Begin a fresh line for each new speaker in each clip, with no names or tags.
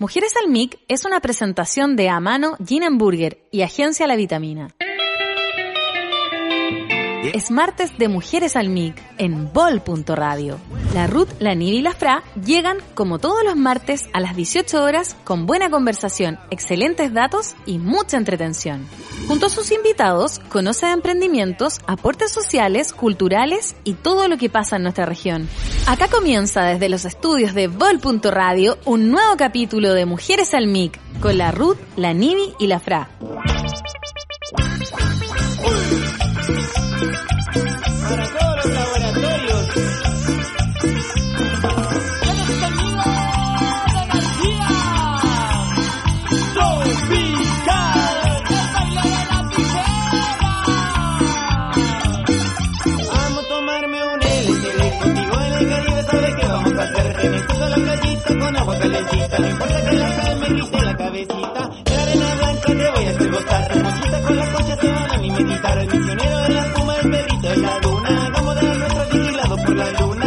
Mujeres al MIC es una presentación de Amano, Gin Burger y Agencia La Vitamina. Es martes de Mujeres al MIC en Bol.radio. La Ruth, la Nivi y la Fra llegan como todos los martes a las 18 horas con buena conversación, excelentes datos y mucha entretención. Junto a sus invitados, conoce de emprendimientos, aportes sociales, culturales y todo lo que pasa en nuestra región. Acá comienza desde los estudios de Bol.radio un nuevo capítulo de Mujeres al MIC con la Ruth, la Nivi y la Fra.
Para todos los laboratorios. ¡Eres conmigo, energía! ¡Tropical! ¡El baile de la tijera! Vamos a tomarme un LCD contigo en el Caribe, ¿sabes qué vamos a hacer? Te me toda la callita con agua calentita, no importa que la sal me quite la cabecita. De arena blanca te voy a hacer gozar, Remosita con la concha te van a mimetizar. El misionero de la espuma, el perrito de la luna, hagamos de nuestro vigilado por la luna.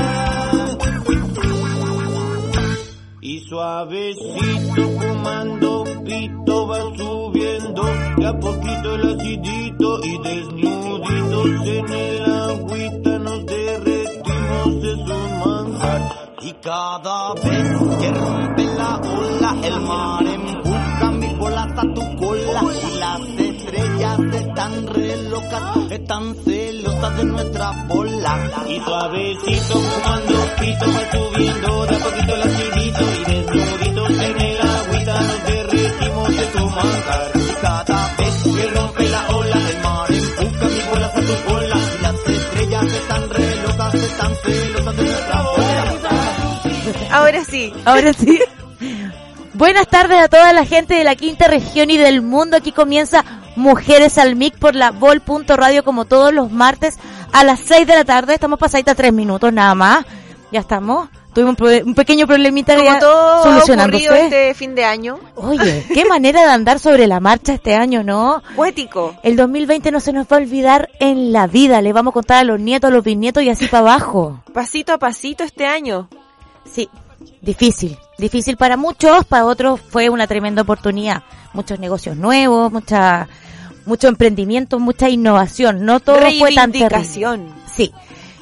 Y suavecito fumando pito va subiendo, de a poquito el acidito y desnuditos en el agüita nos derretimos, es un manjar. Y cada vez que rompe la ola, el mar empuja mi cola hasta tu cola y las estrellas están re locas, están celosas de nuestra bola. Y suavecito fumando pito va subiendo, de a poquito el acidito y desnuditos en el agüita nos derretimos de tu manjar. Y cada vez que rompe la ola, el mar empuja mi cola hasta tu cola y las estrellas están re locas, están celosas de nuestra bola.
Ahora sí.
Ahora sí. Buenas tardes a toda la gente de la quinta región y del mundo. Aquí comienza Mujeres al Mic por la Vol.radio como todos los martes a las 6 de la tarde. Estamos pasaditas tres minutos nada más. Ya estamos. Tuvimos un, pro- un pequeño problemita
Como
ya
todo ha
solucionándose.
ocurrido este fin de año,
Oye, qué manera de andar sobre la marcha este año, ¿no?
poético.
El 2020 no se nos va a olvidar en la vida. Le vamos a contar a los nietos, a los bisnietos y así para abajo.
Pasito a pasito este año.
Sí, difícil. Difícil para muchos, para otros fue una tremenda oportunidad. Muchos negocios nuevos, mucha, mucho emprendimiento, mucha innovación. No todo fue tan terrible.
Reivindicación.
Sí.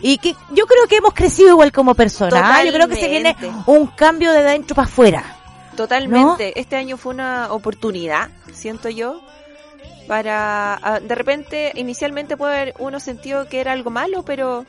Y que yo creo que hemos crecido igual como personas. Ah, Yo creo que se viene
Totalmente.
un cambio de dentro para afuera.
Totalmente. Este año fue una oportunidad, siento yo, para... ah, De repente, inicialmente puede haber uno sentido que era algo malo, pero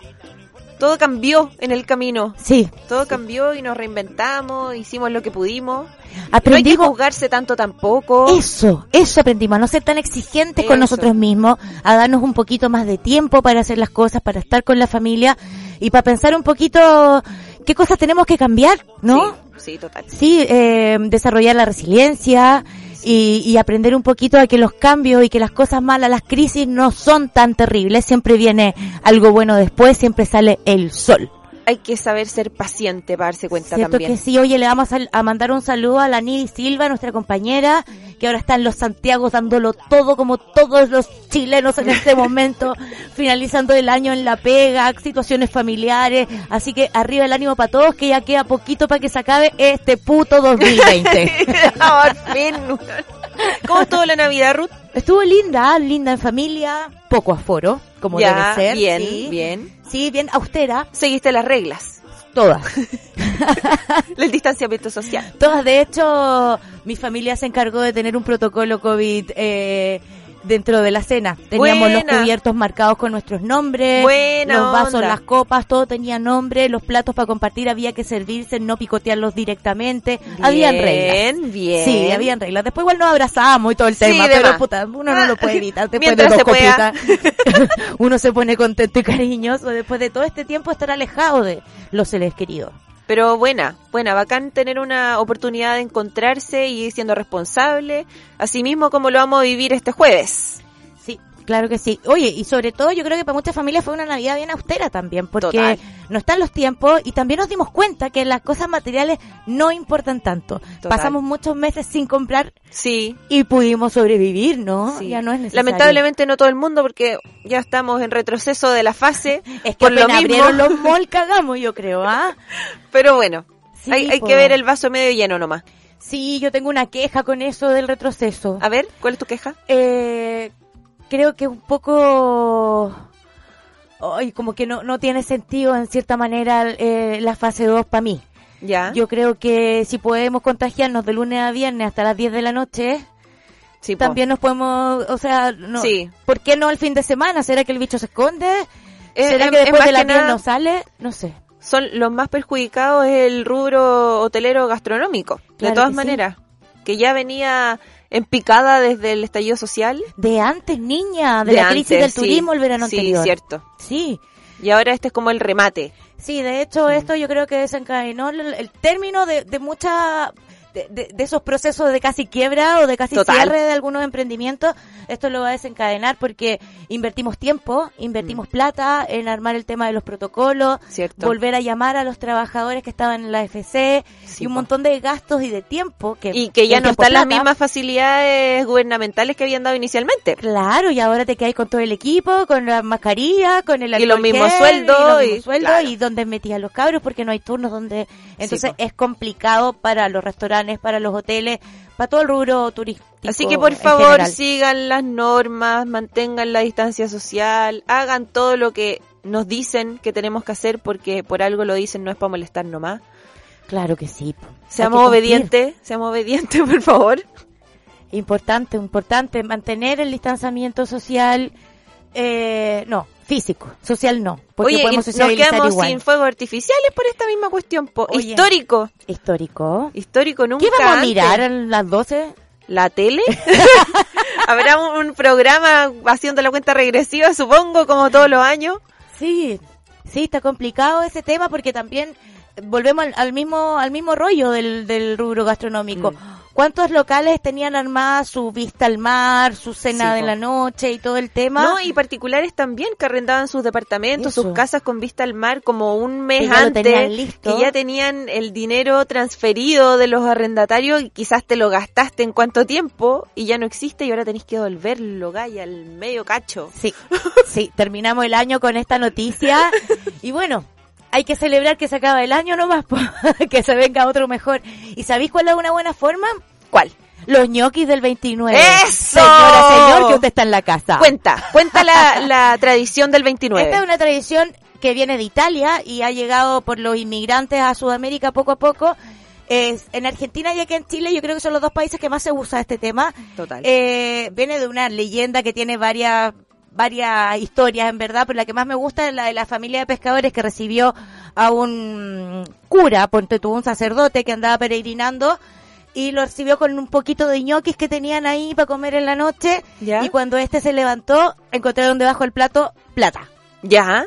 todo cambió en el camino.
Sí.
Todo cambió y nos reinventamos, hicimos lo que pudimos. No hay que
Aprendimos
juzgarse tanto tampoco.
Eso, eso aprendimos, a no ser tan exigentes con
Eso.
nosotros mismos, a darnos un poquito más de tiempo para hacer las cosas, para estar con la familia y para pensar un poquito qué cosas tenemos que cambiar, ¿no?
Sí, sí, total.
Sí, eh, desarrollar la resiliencia y, y aprender un poquito a que los cambios y que las cosas malas, las crisis no son tan terribles, siempre viene algo bueno después, siempre sale el sol.
Hay que saber ser paciente para darse cuenta
Cierto
también.
que sí, oye, le vamos a, sal- a mandar un saludo a la Nidi Silva, nuestra compañera, que ahora está en los Santiagos dándolo todo, como todos los chilenos en este momento, finalizando el año en la pega, situaciones familiares, así que arriba el ánimo para todos, que ya queda poquito para que se acabe este puto 2020.
Por fin. ¿Cómo estuvo la Navidad, Ruth?
Estuvo linda, linda en familia, poco aforo, como
ya,
debe ser.
bien,
sí.
bien.
Sí, bien austera,
Seguiste las reglas,
todas.
el distanciamiento social.
Todas, de hecho, mi familia se encargó de tener un protocolo COVID eh, dentro de la cena. Teníamos los
Buena.
cubiertos marcados con nuestros nombres,
Buena
los vasos,
onda.
las copas, todo tenía nombre, los platos para compartir había que servirse, no picotearlos directamente. Habían reglas.
Bien, bien.
Sí, habían reglas. Después igual nos abrazábamos y todo el
Sí,
tema,
de
pero
más.
puta, uno no lo puede evitar. Después de
Mientras
dos
se
copitas,
pueda.
uno se pone contento y cariñoso después de todo este tiempo estar alejado de los seres queridos.
Pero buena, buena, bacán tener una oportunidad de encontrarse y ir siendo responsable, así mismo como lo vamos a vivir este jueves.
Sí, claro que sí. Oye, y sobre todo yo creo que para muchas familias fue una Navidad bien austera también, porque
Total.
no están los tiempos y también nos dimos cuenta que las cosas materiales no importan tanto.
Total.
Pasamos muchos meses sin comprar
Sí.
y pudimos sobrevivir, ¿no?
sí.
Ya no es necesario.
Lamentablemente no todo el mundo porque ya estamos en retroceso de la fase,
Es que
por lo
apenas abrieron
mismo,
los malls cagamos, yo creo, ¿ah?
pero bueno,
Sí,
hay, hay
po.
que ver el vaso medio lleno nomás.
Sí, yo tengo una queja con eso del retroceso.
A ver, ¿cuál es tu queja?
Eh, creo que un poco... Ay, como que no, no tiene sentido en cierta manera eh, la fase 2 para mí.
Ya.
Yo creo que si podemos contagiarnos de lunes a viernes hasta las 10 de la noche,
sí, po.
también nos podemos, o sea, no,
Sí.
¿por qué no el fin de semana? ¿Será que el bicho se esconde?
Eh,
¿Será
eh,
que
es
después
más
de las
que
10
nada-
no sale? No sé.
son los más perjudicados es el rubro hotelero gastronómico,
Claro
de todas
que sí.
maneras, que ya venía en picada desde el estallido social.
De antes, niña, Ah, de,
de
la crisis
antes,
del
sí.
turismo el verano
sí,
anterior.
cierto.
Sí,
Y ahora este es como el remate.
sí, de hecho esto yo creo que desencadenó el, el término de, de mucha... De, de- de esos procesos de casi quiebra o de casi
Total.
cierre de algunos emprendimientos, esto lo va a desencadenar porque invertimos tiempo, invertimos
Mm.
plata en armar el tema de los protocolos,
Cierto.
volver a llamar a los trabajadores que estaban en la FC
Sí,
y un
po.
montón de gastos y de tiempo que
y que ya
el
no
tiempo
están las
plata.
mismas facilidades gubernamentales que habían dado inicialmente.
Claro, y ahora te quedas con todo el equipo, con la mascarilla, con el
Y los
alcohol
mismos
gel,
sueldos,
y, los mismos
y-
sueldos,
claro.
y donde metías los cabros porque no hay turnos donde entonces
po.
es complicado para los restaurantes, para los hoteles, para todo el rubro turístico.
Así que por
en
favor
general.
sigan las normas, mantengan la distancia social, hagan todo lo que nos dicen que tenemos que hacer porque por algo lo dicen, no es para molestar nomás.
Claro que sí. po.
Seamos
Hay que cumplir.
obedientes, seamos obedientes, por favor.
Importante, importante mantener el distanciamiento social eh, no, físico, social no, porque
Oye, y
podemos
nos
socializar
quedamos
igual.
sin fuegos artificiales por esta misma cuestión. po.
Oye.
Histórico,
Histórico.
histórico nunca
¿Qué vamos a
antes.
mirar a las 12?
¿La tele? Habrá un, un programa haciendo la cuenta regresiva, supongo, como todos los años.
Sí, sí, está complicado ese tema porque también volvemos al, al mismo al mismo rollo del, del rubro gastronómico.
Mm.
¿Cuántos locales tenían armada su vista al mar, su cena
Sí,
de
po.
la noche y todo el tema?
No, y particulares también que arrendaban sus departamentos,
Eso.
sus casas con vista al mar como un mes
Que ya lo
antes,
tenían listo.
que ya tenían el dinero transferido de los arrendatarios y quizás te lo gastaste en cuánto tiempo y ya no existe y ahora tenés que devolverlo, gaya, al medio cacho.
Sí, sí, terminamos el año con esta noticia y bueno, hay que celebrar que se acaba el año nomás, po, que se venga otro mejor. ¿Y sabéis cuál es una buena forma?
¿Cuál?
Los ñoquis del 29.
¡Eso!
Señora, señor, que usted está en la casa.
Ah. Cuenta, cuenta la, la tradición del 29.
Esta es una tradición que viene de Italia y ha llegado por los inmigrantes a Sudamérica poco a poco. Es, en Argentina y aquí en Chile yo creo que son los dos países que más se usa este tema.
Total.
Eh, viene de una leyenda que tiene varias varias historias en verdad, pero la que más me gusta es la de la familia de pescadores que recibió a un cura, ponte tú, un sacerdote que andaba peregrinando y lo recibió con un poquito de ñoquis que tenían ahí para comer en la noche
¿Ya?
y cuando este se levantó encontraron debajo del plato plata.
ya,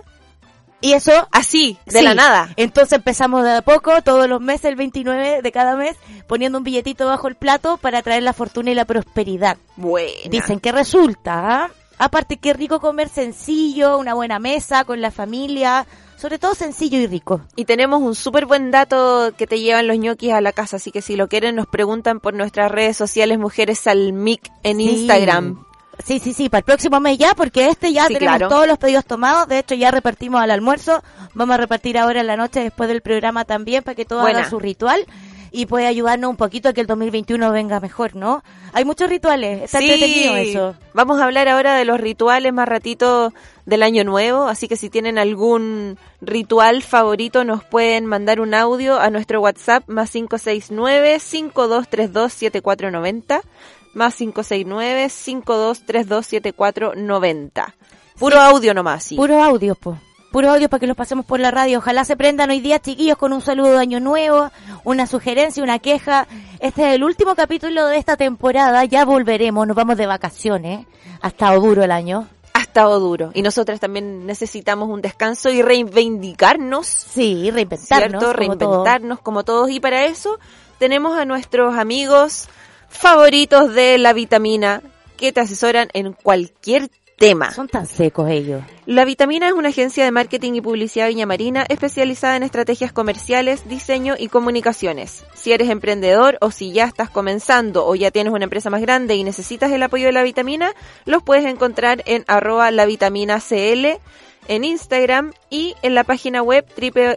Y eso
así, de
sí.
la nada.
Entonces empezamos de a poco, todos los meses, el 29 de cada mes, poniendo un billetito bajo el plato para traer la fortuna y la prosperidad.
Bueno.
Dicen que resulta, ¿ah? Aparte, qué rico comer sencillo, una buena mesa con la familia, sobre todo sencillo y rico.
Y tenemos un súper buen dato que te llevan los ñoquis a la casa, así que si lo quieren nos preguntan por nuestras redes sociales Mujeres Salmic en
Sí.
Instagram.
Sí, sí, sí, para el próximo mes ya, porque este ya
Sí,
tenemos
claro.
todos los pedidos tomados. De hecho, ya repartimos al almuerzo. Vamos a repartir ahora en la noche después del programa también para que todo
Buena.
haga su ritual y puede ayudarnos un poquito a que el 2021 venga mejor, ¿no? Hay muchos rituales, está entretenido eso.
Vamos a hablar ahora de los rituales más ratito del año nuevo, así que si tienen algún ritual favorito nos pueden mandar un audio a nuestro WhatsApp más 569 5232 7490 más 569 5232 7490. Puro audio nomás, sí.
Puro audios, po. Puro audios para que los pasemos por la radio. Ojalá se prendan hoy día, chiquillos, con un saludo de Año Nuevo, una sugerencia, una queja. Este es el último capítulo de esta temporada. Ya volveremos, nos vamos de vacaciones. Ha estado duro el año.
Ha estado duro. Y nosotras también necesitamos un descanso y reivindicarnos,
Sí, reinventarnos.
¿cierto?
como todo.
Reinventarnos como todos. Y para eso tenemos a nuestros amigos favoritos de la vitamina que te asesoran en cualquier tema.
Ah, Son tan secos ellos.
La Vitamina es una agencia de marketing y publicidad Viña Marina especializada en estrategias comerciales, diseño y comunicaciones. Si eres emprendedor o si ya estás comenzando o ya tienes una empresa más grande y necesitas el apoyo de La Vitamina, los puedes encontrar en arroba la vitamina CL en Instagram y en la página web triple-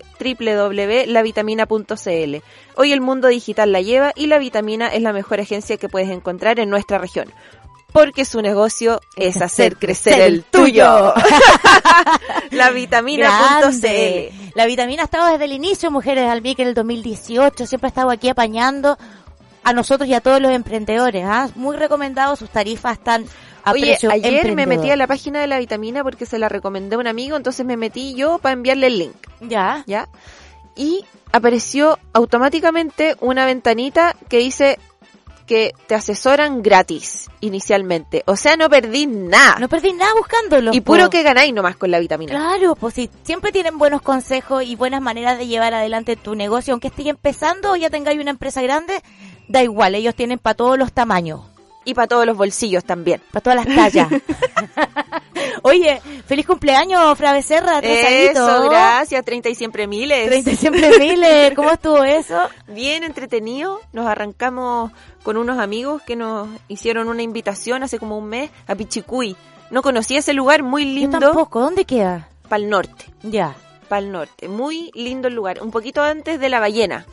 www.lavitamina.cl. Hoy el mundo digital la lleva y La Vitamina es la mejor agencia que puedes encontrar en nuestra región. Porque su negocio es hacer crecer el tuyo. La
Grande.
vitamina.cl.
La vitamina ha estado desde el inicio, Mujeres al MIC, en el 2018. Siempre ha estado aquí apañando a nosotros y a todos los emprendedores. ¿ah? Muy recomendado, sus tarifas están a
Oye,
precio
ayer me
emprendedor.
metí a la página de la vitamina porque se la recomendé a un amigo, entonces me metí yo para enviarle el link,
Ya.
¿ya? Y apareció automáticamente una ventanita que dice que te asesoran gratis inicialmente. O sea, no perdí nada.
No perdí nada buscándolo.
Ah. y
po.
puro que ganáis nomás con la vitamina.
Claro, pues sí, siempre tienen buenos consejos y buenas maneras de llevar adelante tu negocio. Aunque estés empezando o ya tengáis una empresa grande, da igual, ellos tienen para todos los tamaños.
Y para todos los bolsillos también.
Para todas las tallas. Oye, feliz cumpleaños, Fra Becerra, tres
Eso,
añitos.
gracias, 30 y siempre miles.
30 siempre miles. ¿Cómo estuvo eso?
bien entretenido. Nos arrancamos con unos amigos que nos hicieron una invitación hace como un mes a Pichicuy. No conocí ese lugar, muy
Yo
lindo,
tampoco. ¿Dónde queda?
para el norte,
Ya.
para el norte. Muy lindo el lugar, un poquito antes de la ballena.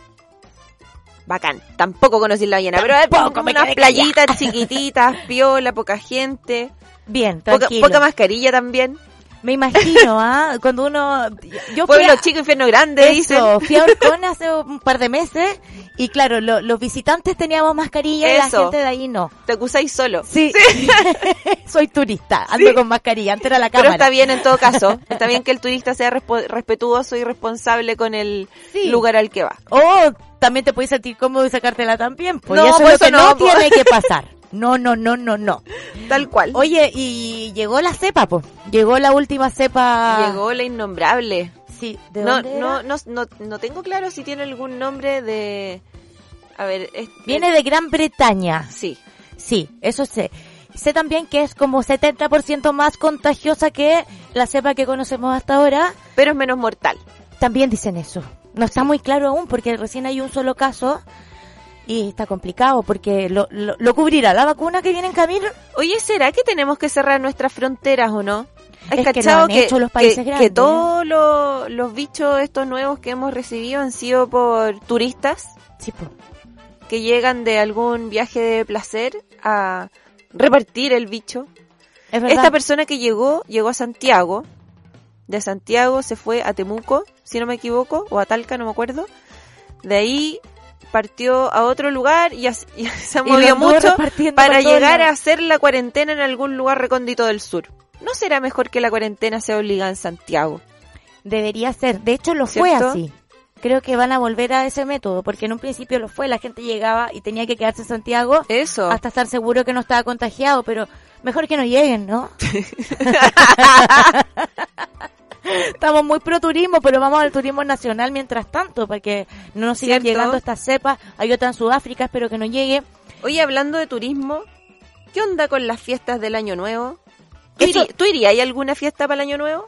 Bacán, tampoco conocí la ballena, pero es
Tampoco me
unas
quedé callada.
playitas chiquititas, piola, poca gente,
Bien,
poca,
tranquilo.
poca mascarilla también.
Me imagino, ¿ah? Cuando uno... Yo fui
Pueblo
a-
chico, infierno grande, dicen.
Eso, fui a Orcón hace un par de meses y claro, lo- los visitantes teníamos mascarilla y la
Eso.
gente de ahí no.
Te acusáis solo.
Sí. Soy turista, ando con mascarilla, antes era la
Pero
cámara.
está bien en todo caso. Está bien que el turista sea respo- respetuoso y responsable con el
Sí.
lugar al que va.
O también te puedes sentir cómodo y sacártela también, pues
No,
y eso
pues
es lo que
eso
no,
no, pues.
tiene que pasar. No, no, no, no, no.
Tal cual.
Oye, y llegó la cepa, pues. Llegó la última cepa.
Llegó la innombrable.
Sí, Ah. ¿de
No,
dónde
no,
era?
no, no, no tengo claro si tiene algún nombre de... A ver, es-
Viene de Gran Bretaña.
Sí.
Sí, eso sé. Sé también que es como 70% más contagiosa que la cepa que conocemos hasta ahora.
Pero es menos mortal.
También dicen eso. No está muy claro aún porque recién hay un solo caso y está complicado porque lo, lo, lo cubrirá la vacuna que viene en camino.
Oye, ¿será que tenemos que cerrar nuestras fronteras o no? ¿Has
Es que lo
cachado
han hecho los países
que-
grandes.
que todos los, los bichos estos nuevos que hemos recibido han sido por turistas
Sí, po.
que llegan de algún viaje de placer a repartir el bicho?
es
Esta
verdad.
persona que llegó, llegó a Santiago. De Santiago se fue a Temuco, si no me equivoco, o a Talca, no me acuerdo. De ahí partió a otro lugar y, as- y se
Y lo
movió
anduvo
mucho
repartiendo
para
por todos
llegar a
lados.
hacer la cuarentena en algún lugar recóndito del sur. ¿No será mejor que la cuarentena sea obligada en Santiago?
Debería ser. De hecho, lo fue
¿Cierto?
así. Creo que van a volver a ese método porque en un principio lo fue. La gente llegaba y tenía que quedarse en Santiago
Eso.
hasta estar seguro que no estaba contagiado, pero mejor que no lleguen, ¿no? Estamos muy pro turismo, pero vamos al turismo nacional mientras tanto, para que no nos sigan
Cierto.
llegando estas cepas. Hay otra en Sudáfrica, espero que no llegue.
Oye, hablando de turismo, ¿qué onda con las fiestas del Año Nuevo? ¿Tú,
Eso-
iri- tú irías? ¿Hay alguna fiesta para el Año Nuevo?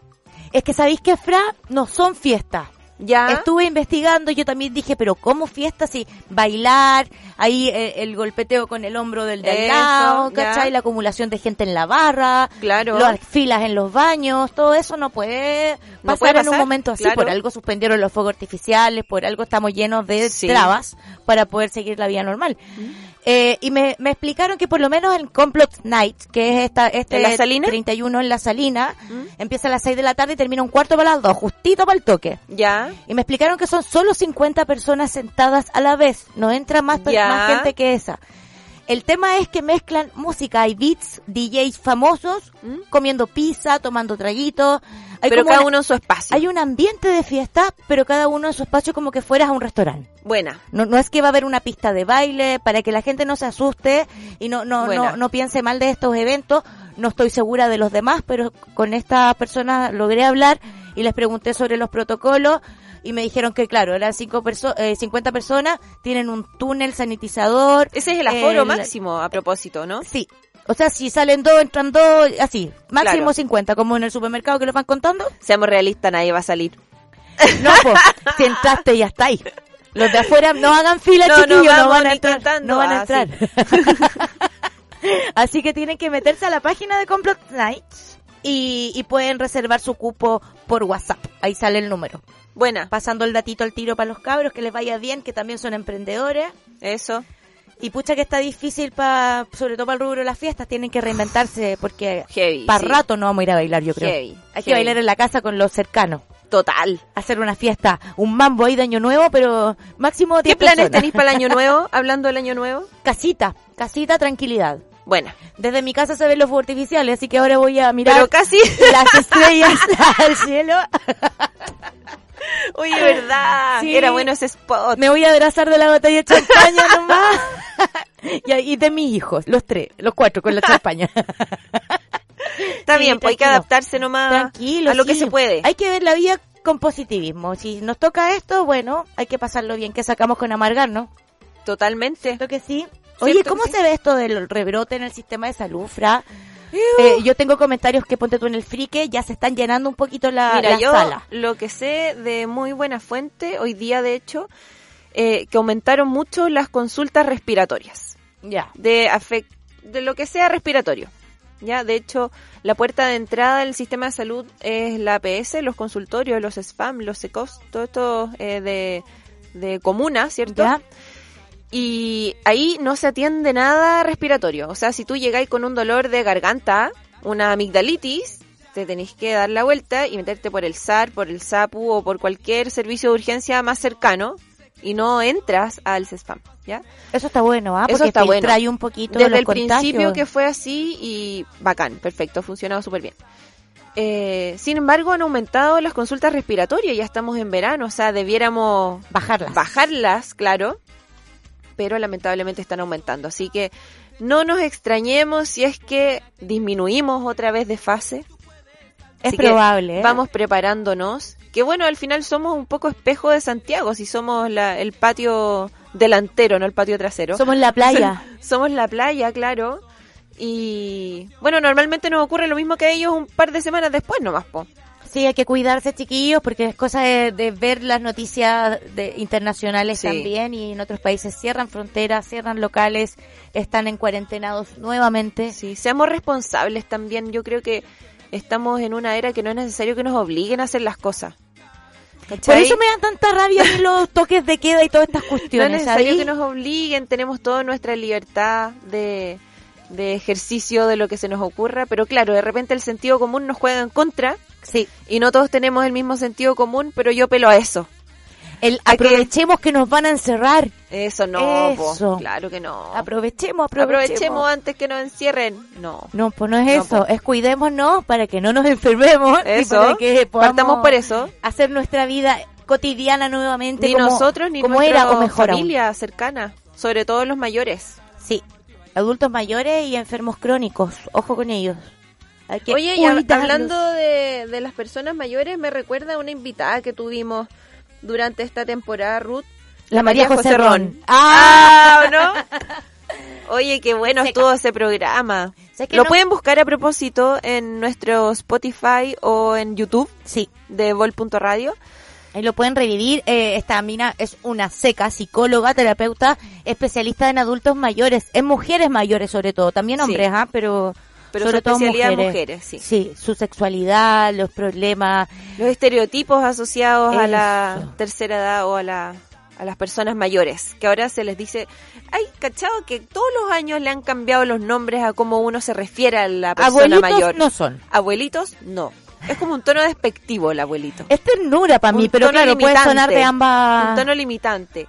Es que sabéis que Fra no son fiestas.
Ya.
Estuve investigando, yo también dije, pero ¿cómo fiestas? Si bailar, ahí eh, el golpeteo con el hombro del de al
Eso,
lado,
ya.
¿cachai? La acumulación de gente en la barra,
Claro.
las filas en los baños, todo eso no puede pasar,
No puede
en un
pasar,
momento así.
claro.
Por algo suspendieron los fuegos artificiales, por algo estamos llenos de
Sí.
trabas para poder seguir la vida normal. Eh, y me, me explicaron que por lo menos en Complot Night, que es esta, este
¿En la Salina?
31 en la Salina, empieza a las 6 de la tarde y termina un cuarto para las 2, justito para el toque.
Ya.
Y me explicaron que son solo 50 personas sentadas a la vez. No entra más, per-
Ya.
más gente que esa. El tema es que mezclan música. Hay beats, DJs famosos,
¿Mm?
comiendo pizza, tomando traguitos. Hay
pero
como
cada
una-
uno en su espacio.
Hay un ambiente de fiesta, pero cada uno en su espacio como que fueras a un restaurante.
Buena.
No, no es que va a haber una pista de baile para que la gente no se asuste y no, no,
Buena.
no, no piense mal de estos eventos. No estoy segura de los demás, pero con estas personas logré hablar y les pregunté sobre los protocolos y me dijeron que, claro, eran cinco perso eh, 50 personas, tienen un túnel sanitizador.
Ese es el aforo
el-
máximo a propósito, ¿no?
Sí. O sea, si salen dos, entran dos, así. Máximo
Claro.
50, como en el supermercado que lo van contando.
Seamos realistas, nadie va a salir.
No, pues, si entraste ya está ahí. Los de afuera no hagan fila,
No, no
chiquillos, no,
vamos
van
ni
a entrar.
cantando,
No van
ah,
a entrar. Así que tienen que meterse a la página de Complot Nights y, y pueden reservar su cupo por WhatsApp. Ahí sale el número.
Buena,
Pasando el datito al tiro para los cabros, que les vaya bien, que también son emprendedores.
eso.
Y pucha que está difícil, pa, sobre todo para el rubro de las fiestas, tienen que reinventarse porque
Heavy.
para
sí.
rato no vamos a ir a bailar, yo creo.
Heavy,
Hay
heavy.
que bailar en la casa con los cercanos.
Total.
Hacer una fiesta, un mambo ahí de año nuevo, pero máximo 10
¿Qué planes
personas.
tenéis para el año nuevo? Hablando del año nuevo.
Casita, casita, tranquilidad.
Buena.
Desde mi casa se ven los fuegos artificiales, así que ahora voy a mirar
Pero casi.
las estrellas al cielo.
Oye, ¿verdad?
Sí.
Era bueno ese spot.
Me voy a abrazar de la botella de champaña nomás. y, y de mis hijos, los tres, los cuatro con la champaña.
Está
sí,
bien, pues hay que
tranquilo.
adaptarse nomás
Tranquilo,
a lo que
sí.
se puede.
Hay Ah, que ver la vida con positivismo. Si nos toca esto, bueno, hay que pasarlo bien, que sacamos con amargarnos.
Totalmente.
Lo que sí.
Cierto
Oye,
que
¿cómo
sí.
se ve esto del rebrote en el sistema de salud, Fra? Eh, yo tengo comentarios que ponte tú en el frique, ya se están llenando un poquito la,
Mira,
la
yo
sala.
lo que sé de muy buena fuente, hoy día de hecho, eh, que aumentaron mucho las consultas respiratorias,
Ya.
de, afec- de lo que sea respiratorio. Ya, de hecho, la puerta de entrada del sistema de salud es la APS, los consultorios, los SPAM, los SECOS, todo esto eh, de, de comunas, ¿cierto?
Ya.
Y ahí no se atiende nada respiratorio. O sea, si tú llegáis con un dolor de garganta, una amigdalitis, te tenéis que dar la vuelta y meterte por el SAR, por el SAPU o por cualquier servicio de urgencia más cercano y no entras al CESPAM, ¿ya?
Eso está bueno, ¿ah?
Eso
Porque
está bueno.
filtra ahí un poquito
Desde
los
el principio
contagios.
que fue así y bacán, perfecto, ha funcionado súper bien. Eh, sin embargo, han aumentado las consultas respiratorias, ya estamos en verano, o sea, debiéramos
Bajarlas.
bajarlas, claro, pero lamentablemente están aumentando. Así que no nos extrañemos si es que disminuimos otra vez de fase.
es
Así que
probable, ¿eh?
Vamos preparándonos. Que bueno, al final somos un poco espejo de Santiago, si somos la- el patio delantero, no el patio trasero.
Somos la playa.
Somos la playa, claro. Y bueno, normalmente nos ocurre lo mismo que a ellos un par de semanas después nomás, po.
Sí, hay que cuidarse, chiquillos, porque es cosa de, de ver las noticias de, internacionales
Sí.
también y en otros países cierran fronteras, cierran locales, están en cuarentenados nuevamente.
Sí, seamos responsables también. Yo creo que estamos en una era que no es necesario que nos obliguen a hacer las cosas.
Por
¿Cachai?
eso me dan tanta rabia a mí los toques de queda y todas estas
no es
cuestiones.
necesario
¿sabí?
que nos obliguen, tenemos toda nuestra libertad de, de ejercicio de lo que se nos ocurra, pero claro, de repente el sentido común nos juega en contra
Sí,
y no todos tenemos el mismo sentido común, pero yo pelo a eso.
el
¿A qué?
aprovechemos que nos van a encerrar.
Eso no, po,
Eso.
claro que no.
Aprovechemos, aprovechemos.
Aprovechemos antes que nos encierren. No.
No, pues no es
No,
eso, es cuidémonos para que no nos enfermemos y para
Eso.
que podamos
Partamos por eso.
hacer nuestra vida cotidiana nuevamente
Ni
como,
nosotros ni
como
nuestra
era o mejor aún.
familia cercana, sobre todo los mayores.
Sí, adultos mayores y enfermos crónicos. Ojo con ellos. Hay que
Oye, y hab-
cuidarlos.
hablando de, de las personas mayores, me recuerda a una invitada que tuvimos durante esta temporada, Ruth.
la María José, Ron.
¡Ah! ¿o ¿No? Oye, qué bueno estuvo ese programa.
¿Sabes que
Lo
no?
pueden buscar a propósito en nuestro Spotify o en YouTube
Sí,
de Vol.radio.
ahí lo pueden revivir. Eh, esta mina es una seca psicóloga, terapeuta, especialista en adultos mayores, en mujeres mayores sobre todo, también
Sí.
hombres, ¿ah? pero
Pero
sobre
su
todo
especialidad
mujeres.
en mujeres, sí.
Sí, su sexualidad, los problemas,
Los estereotipos asociados a la
Eso.
tercera edad o a, la, a las personas mayores, que ahora se les dice, ay, cachado que todos los años le han cambiado los nombres a cómo uno se refiere a la persona
abuelitos
mayor.
no son.
Abuelitos, no. Es como un tono despectivo el abuelito.
Es ternura para mí,
Un
pero
tono
claro, puede
limitante,
sonar de
Un
ambas.
tono limitante.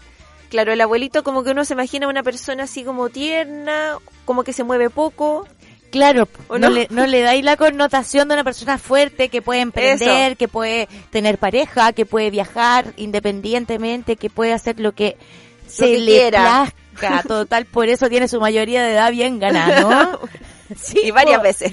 Claro, el abuelito como que uno se imagina una persona así como tierna, como que se mueve poco.
Claro,
¿O
no,
no?
le, no le dais la connotación de una persona fuerte que puede emprender, que puede tener pareja, que puede viajar independientemente, que puede hacer lo que se
que
le
quiera.
plazca. Total, por eso tiene su mayoría de edad bien ganada, ¿no? Sí,
y varias
po.
veces.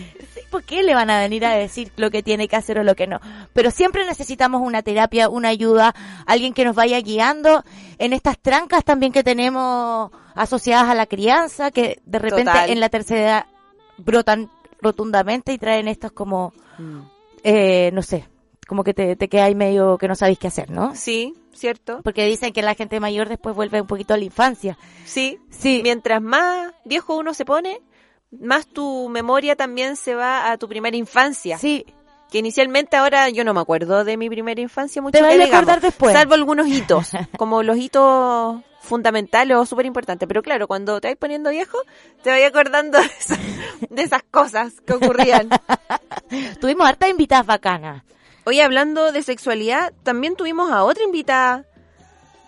¿por qué le van a venir a decir lo que tiene que hacer o lo que no? Pero siempre necesitamos una terapia, una ayuda, alguien que nos vaya guiando en estas trancas también que tenemos asociadas a la crianza, que de repente
Total.
en la tercera edad brotan rotundamente y traen estos como, eh, no sé, como que te, te quedáis medio que no sabéis qué hacer, ¿no?
Sí, ¿cierto?
Porque dicen que la gente mayor después vuelve un poquito a la infancia.
Sí.
Sí,
Mientras más viejo uno se pone, más tu memoria también se va a tu primera infancia.
sí,
Que inicialmente ahora yo no me acuerdo de mi primera infancia mucho.
Te vas
que
a
digamos,
acordar después.
Salvo algunos hitos, como los hitos fundamentales o súper importantes. Pero claro, cuando te vas poniendo viejo, te vas acordando de, esas- de esas cosas que ocurrían.
tuvimos hartas invitadas bacanas.
Hoy hablando de sexualidad, también tuvimos a otra invitada.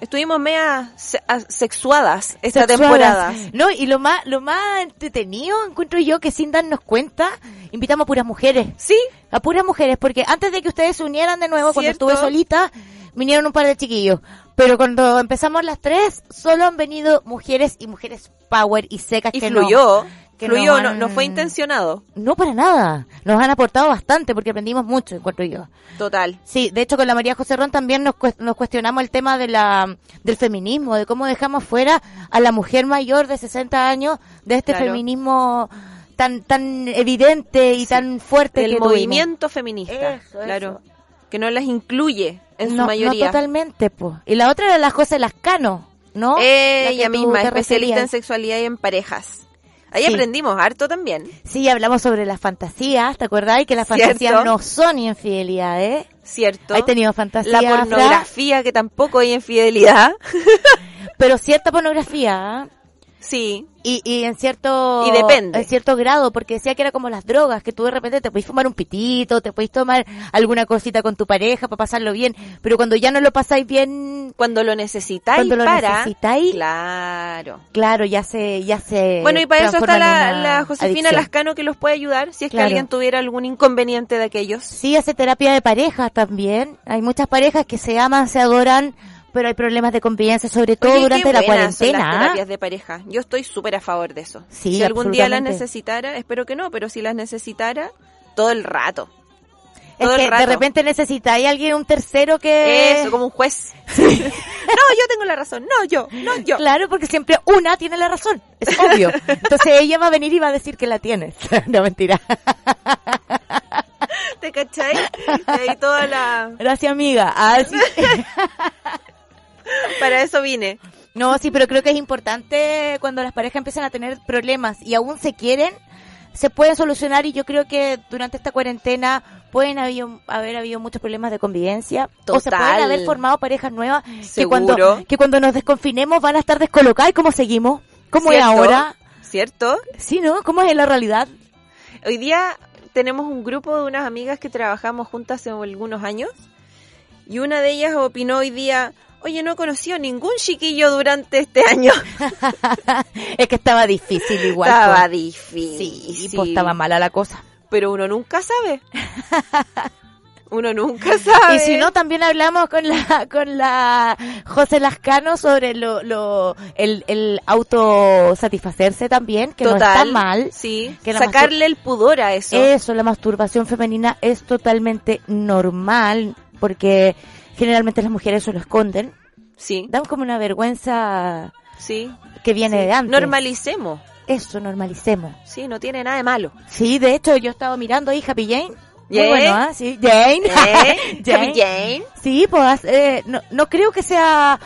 Estuvimos media se- asexuadas esta
Sexuadas.
temporada.
No, y lo más, lo más entretenido encuentro yo que sin darnos cuenta, invitamos a puras mujeres.
Sí,
A puras mujeres, porque antes de que ustedes se unieran de nuevo, cuando
Cierto.
estuve solita, vinieron un par de chiquillos. Pero cuando empezamos las tres, solo han venido mujeres y mujeres power y secas
y
que no-
fluyó.
que
fluyó,
no
no,
han-
no fue intencionado.
No para nada. Nos han aportado bastante porque aprendimos mucho, encuentro yo.
Total.
Sí, de hecho con la María José Ron también nos, cues- nos cuestionamos el tema de la, del feminismo, de cómo dejamos fuera a la mujer mayor de 60 años de este
Claro.
feminismo tan tan evidente y tan fuerte
El
que tuvimos.
movimiento feminista.
Eso,
claro. Que no las incluye en
no,
su mayoría.
No totalmente, pues. Y la otra era la José Lascano, ¿no? La que
Eh, Ella
tú
misma,
te
especialista en
referías.
sexualidad y en parejas. Ahí
Sí.
aprendimos harto también.
Sí, hablamos sobre las fantasías, ¿te acordáis? Que las
Cierto.
fantasías no son infidelidades.
¿Cierto?
Hay tenido fantasías,
la
Fran,
pornografía, que tampoco hay infidelidad.
pero cierta pornografía, ¿ah?
Sí,
Y, y en cierto
Y depende.
en cierto grado, porque decía que era como las drogas, que tú de repente te podés fumar un pitito, te podés tomar alguna cosita con tu pareja para pasarlo bien, pero cuando ya no lo pasáis bien,
cuando lo necesitáis
cuando lo
para...
necesitáis,
Claro.
claro, ya se ya se
Bueno, y para eso
transforma
está la,
en una
la Josefina
adicción.
Lascano que los puede ayudar si es que
Claro.
alguien tuviera algún inconveniente de aquellos.
Sí, hace terapia de parejas también. Hay muchas parejas que se aman, se adoran, pero hay problemas de convivencia, sobre todo
Oye, qué
durante la
buenas son
cuarentena.
Las
¿ah?
terapias de pareja. Yo estoy súper a favor de eso.
Sí,
si algún día las
absolutamente.
necesitara, espero que no, pero si las necesitara, todo el rato.
Es
Todo el
que de
rato.
repente necesitáis alguien, un tercero que...
Eso, como un juez. no, yo tengo la razón. No, yo. No, yo.
Claro, porque siempre una tiene la razón, es obvio. Entonces ella va a venir y va a decir que la tienes. No, mentira.
¿Te cachai? Y ahí toda la...
Gracias, amiga. Ah, sí.
Para eso vine.
No, sí, pero creo que es importante cuando las parejas empiezan a tener problemas y aún se quieren, se pueden solucionar y yo creo que durante esta cuarentena pueden habido- haber habido muchos problemas de convivencia o se
Total.
pueden haber formado parejas nuevas que
Seguro.
cuando, que cuando nos desconfinemos van a estar descolocadas. ¿Y ¿Cómo seguimos? ¿Cómo es
¿Cierto?
ahora?
¿Cierto?
Sí, ¿no? ¿Cómo es la realidad?
Hoy día tenemos un grupo de unas amigas que trabajamos juntas hace algunos años y una de ellas opinó hoy día, oye, no he conocido ningún chiquillo durante este año.
es que estaba difícil igual. pues.
estaba difícil.
Sí, pues estaba mala la cosa.
Pero uno nunca sabe. uno nunca sabe.
Y si no, también hablamos con la con la José Lascano sobre lo, lo el, el autosatisfacerse también, que no está mal.
Sí,
que Eh, la
sacarle el pudor a eso.
Eso, la masturbación femenina es totalmente normal, porque generalmente las mujeres eso lo esconden.
sí,
Dan como una vergüenza
sí.
que viene
sí.
de antes.
Normalicemos.
Eso, normalicemos.
Sí, no tiene nada de malo.
Sí, de hecho, yo he estado mirando ahí Happy Jane. Muy
Yeah.
bueno, ¿ah? Sí, Jane.
¿Eh?
Jane.
Jane.
Sí, pues eh, no, no creo que sea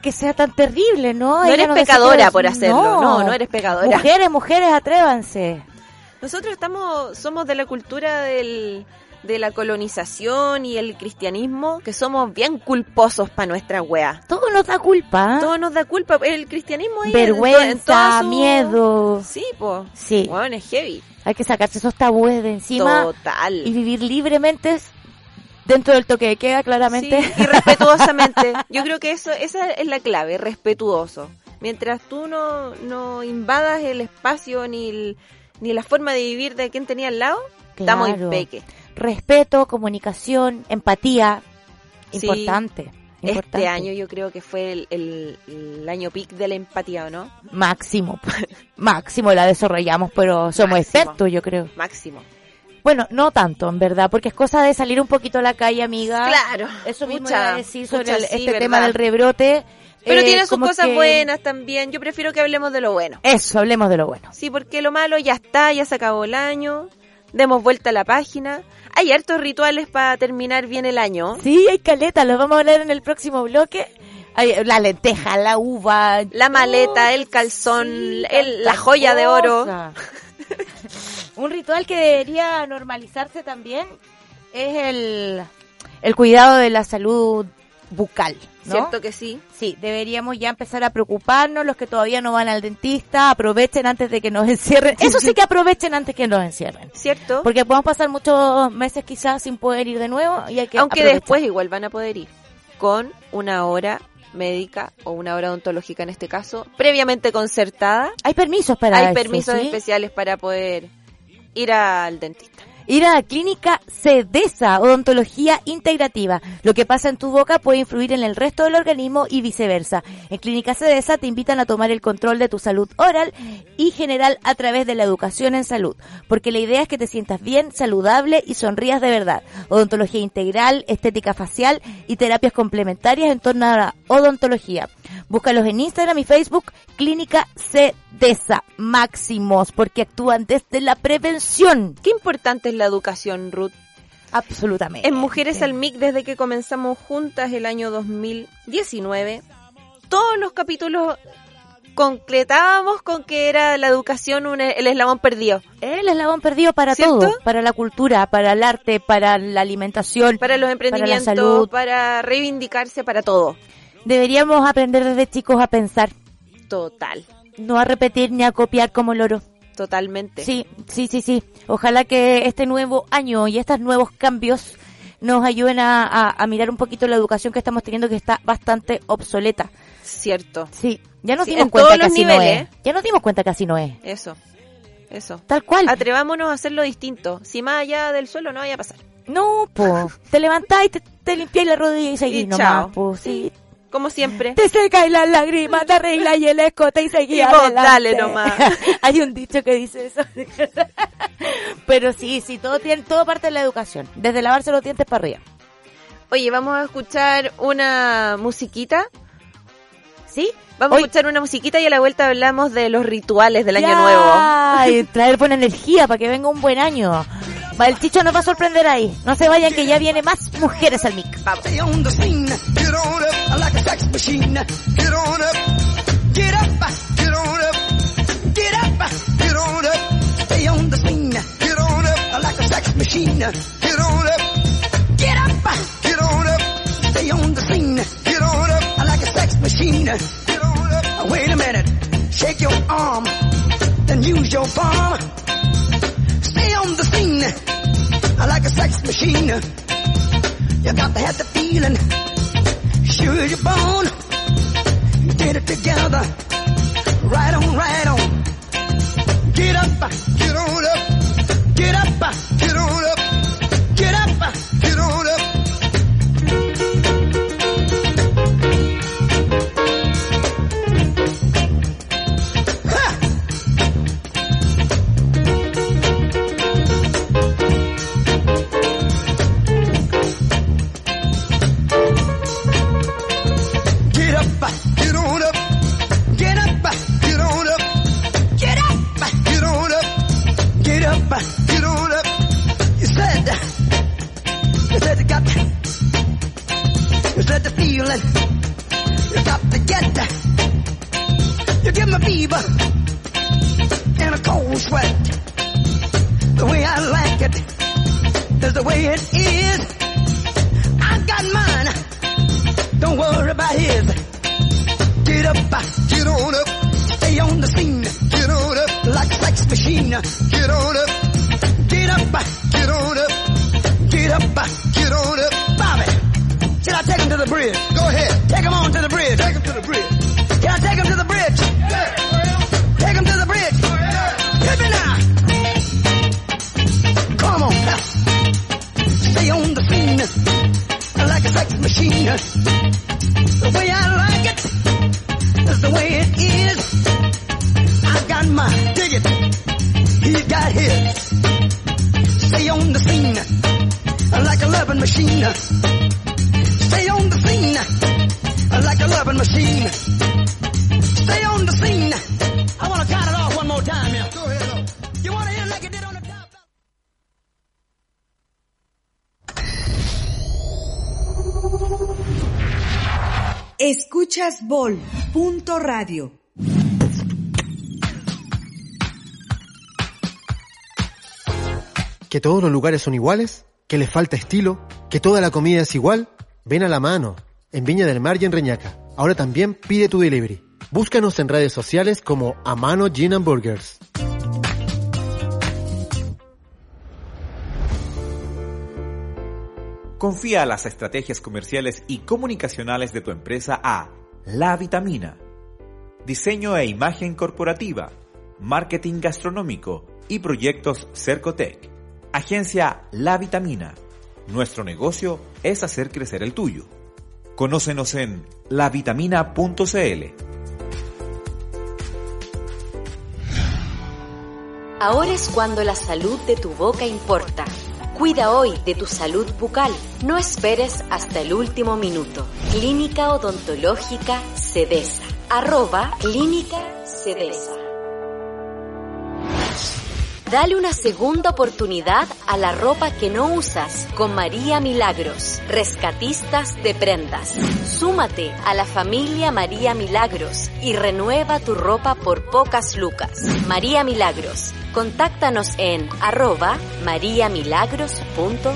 que sea tan terrible, ¿no?
No
Ella
eres
nos decía
pecadora
que-
por hacerlo. No, no eres pecadora.
Mujeres, mujeres, atrévanse.
Nosotros estamos, somos de la cultura del, de la colonización y el cristianismo, que somos bien culposos para nuestra wea.
Todo nos da culpa. ¿eh?
Todo nos da culpa. El cristianismo ahí en to- en
Vergüenza,
toda su-
miedo.
Sí, po.
Sí,
Bueno, es heavy.
hay que sacarse esos tabúes de encima y
Total.
vivir libremente dentro del toque de queda, claramente.
Sí, y respetuosamente. Yo creo que eso esa es la clave, respetuoso. Mientras tú no, no invadas el espacio ni, el- ni la forma de vivir de quien tenía al lado, estamos
Claro.
impeque.
Respeto, comunicación, empatía.
Sí.
Importante. importante.
Este año yo creo que fue el, el- el año peak de la empatía, ¿o no?
Máximo. Máximo la desarrollamos, pero somos
Máximo.
expertos, yo creo.
Máximo.
Bueno, no tanto, en verdad, porque es cosa de salir un poquito a la calle, amiga.
Claro.
Ah, Eso mismo
Pucha,
iba a decir sobre
pucha,
el-
sí,
este
¿verdad?
tema del rebrote.
Pero
Eh,
tiene sus
como
cosas
que-
buenas también. Yo prefiero que hablemos de lo bueno.
Eso, hablemos de lo bueno.
Sí, porque lo malo ya está, ya se acabó el año. Demos vuelta a la página. Hay hartos rituales para terminar bien el año.
Sí, hay caleta, los vamos a hablar en el próximo bloque. Ay, la lenteja, la uva.
La maleta, el calzón, el- la joya de oro.
de oro. Un ritual que debería normalizarse también es el, el cuidado de la salud bucal, ¿no?
¿Cierto que sí?
Sí, deberíamos ya empezar a preocuparnos, los que todavía no van al dentista, aprovechen antes de que nos encierren. Eso sí que aprovechen antes que nos encierren.
¿Cierto?
Porque podemos pasar muchos meses quizás sin poder ir de nuevo y hay que
Aunque
aprovechar.
después igual van a poder ir con una hora médica o una hora odontológica en este caso, previamente concertada.
Hay permisos para
Hay
eso,
permisos
¿sí?
especiales para poder ir al dentista.
Ir a la clínica CEDESA, odontología integrativa. Lo que pasa en tu boca puede influir en el resto del organismo y viceversa. En Clínica CEDESA te invitan a tomar el control de tu salud oral y general a través de la educación en salud. Porque la idea es que te sientas bien, saludable y sonrías de verdad. Odontología integral, estética facial y terapias complementarias en torno a la odontología. Búscalos en Instagram y Facebook, Clínica CEDESA. Máximos, porque actúan desde la prevención.
Qué importante es la educación, Ruth.
Absolutamente.
En Mujeres al MIC, desde que comenzamos juntas el año 2019, todos los capítulos concretábamos con que era la educación un- e-, el eslabón perdido.
El eslabón perdido para
¿Cierto?
todo, para la cultura, para el arte, para la alimentación,
Para los emprendimientos, para,
salud.
reivindicarse, para todo.
Deberíamos aprender desde chicos a pensar,
Total,
no a repetir ni a copiar como loro.
totalmente.
Sí, sí, sí, sí. Ojalá que este nuevo año y estos nuevos cambios nos ayuden a, a- a mirar un poquito la educación que estamos teniendo que está bastante obsoleta.
Cierto,
Sí, ya nos
Sí,
dimos
en
cuenta
todos
que
los
así
niveles. ¿eh?
no es. Ya nos dimos cuenta que así no es.
eso, eso.
Tal cual.
Ah. Atrevámonos a hacerlo distinto. Si más allá del suelo no vaya a pasar.
no, po. Te levantás y te, te limpiás la rodilla y seguís
Y
nomás,
chao.
po. Sí,
Como siempre.
Te seca la lágrima, te arregla y el escote y seguí
Y vos
adelante.
dale nomás.
Hay un dicho que dice eso. Pero sí, sí, todo tiene, todo parte de la educación. Desde lavarse los dientes para arriba.
Oye, vamos a escuchar una musiquita.
¿Sí?
Vamos
Hoy-
a escuchar una musiquita y a la vuelta hablamos de los rituales del año
Ya,
nuevo.
y traer buena energía para que venga un buen año. Va, El chicho nos va a sorprender ahí. No se vayan que ya viene más mujeres al mic.
Stay on the scene. Get on up like a sex machine. Get on up. Get up. Get on up. Get up. Get on up. Stay on the scene. Get on up like a sex machine. Get on up. Get up. Get on up. Stay on the scene. Get on up like a sex machine. Get on up. Wait a minute. Shake your arm. Then use your palm. Stay on the scene. Like a sex machine. You got to have the feeling. Sure as you're born. Get it together. Right on, right on. Get up, get on up. Get up, get on up. Get up, get on up. Get up, get on up. Get up, get on up. Get up, get on up. Get up, get on up. You said, you said you got, you said the feeling. You got to get, you give me fever and a cold sweat. The way I like it is the way it is. I got mine. Don't worry about his. Get up, get on up, stay on the scene. Get on up like a sex machine. Get on up, get up, get on up, get up, get on up. Bobby, should I take him to the bridge? Go ahead, take him on to the bridge. Take him to the bridge. Can I take him to the bridge? Take him to the bridge. Hit me now. Come on now. Stay on the scene like a sex machine. The way I like it is the way it is. I got mine, dig it. He got his. machine. Stay on the scene like a loving machine. Stay on the scene. I want to count it off one more time. Yeah. Go ahead. Lord. You want to hear it like it did on the top?
Escuchas Bol. Punto radio.
que todos los lugares son iguales, que les falta estilo, que toda la comida es igual, ven a la mano, en Viña del Mar y en Reñaca. Ahora también pide tu delivery. Búscanos en redes sociales como Amano Gin and Burgers.
Confía las estrategias comerciales y comunicacionales de tu empresa a La Vitamina. Diseño e imagen corporativa, marketing gastronómico y proyectos Cercotec. Agencia La Vitamina. Nuestro negocio es hacer crecer el tuyo. Conócenos en lavitamina.cl.
Ahora es cuando la salud de tu boca importa. Cuida hoy de tu salud bucal. No esperes hasta el último minuto. Clínica Odontológica Cedesa. Arroba Clínica Cedesa. Dale una segunda oportunidad a la ropa que no usas con María Milagros, rescatistas de prendas. Súmate a la familia María Milagros y renueva tu ropa por pocas lucas. María Milagros, contáctanos en arroba mariamilagros.cl.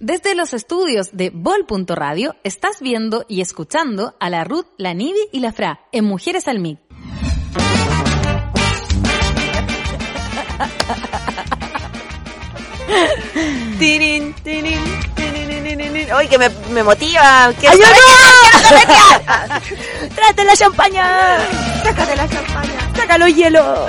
Desde los estudios de Bol.radio estás viendo y escuchando a la Ruth, la Nivi y la Fra en Mujeres al Mic.
Tirin, tirin, tirin, tirin, tirin. ¡Ay, que me, me motiva! ¡Quiero
¡Ayuda!
saber qué hacer! Ah,
¡Trate la champaña!
¡Sácate la champaña!
¡Sácalo hielo!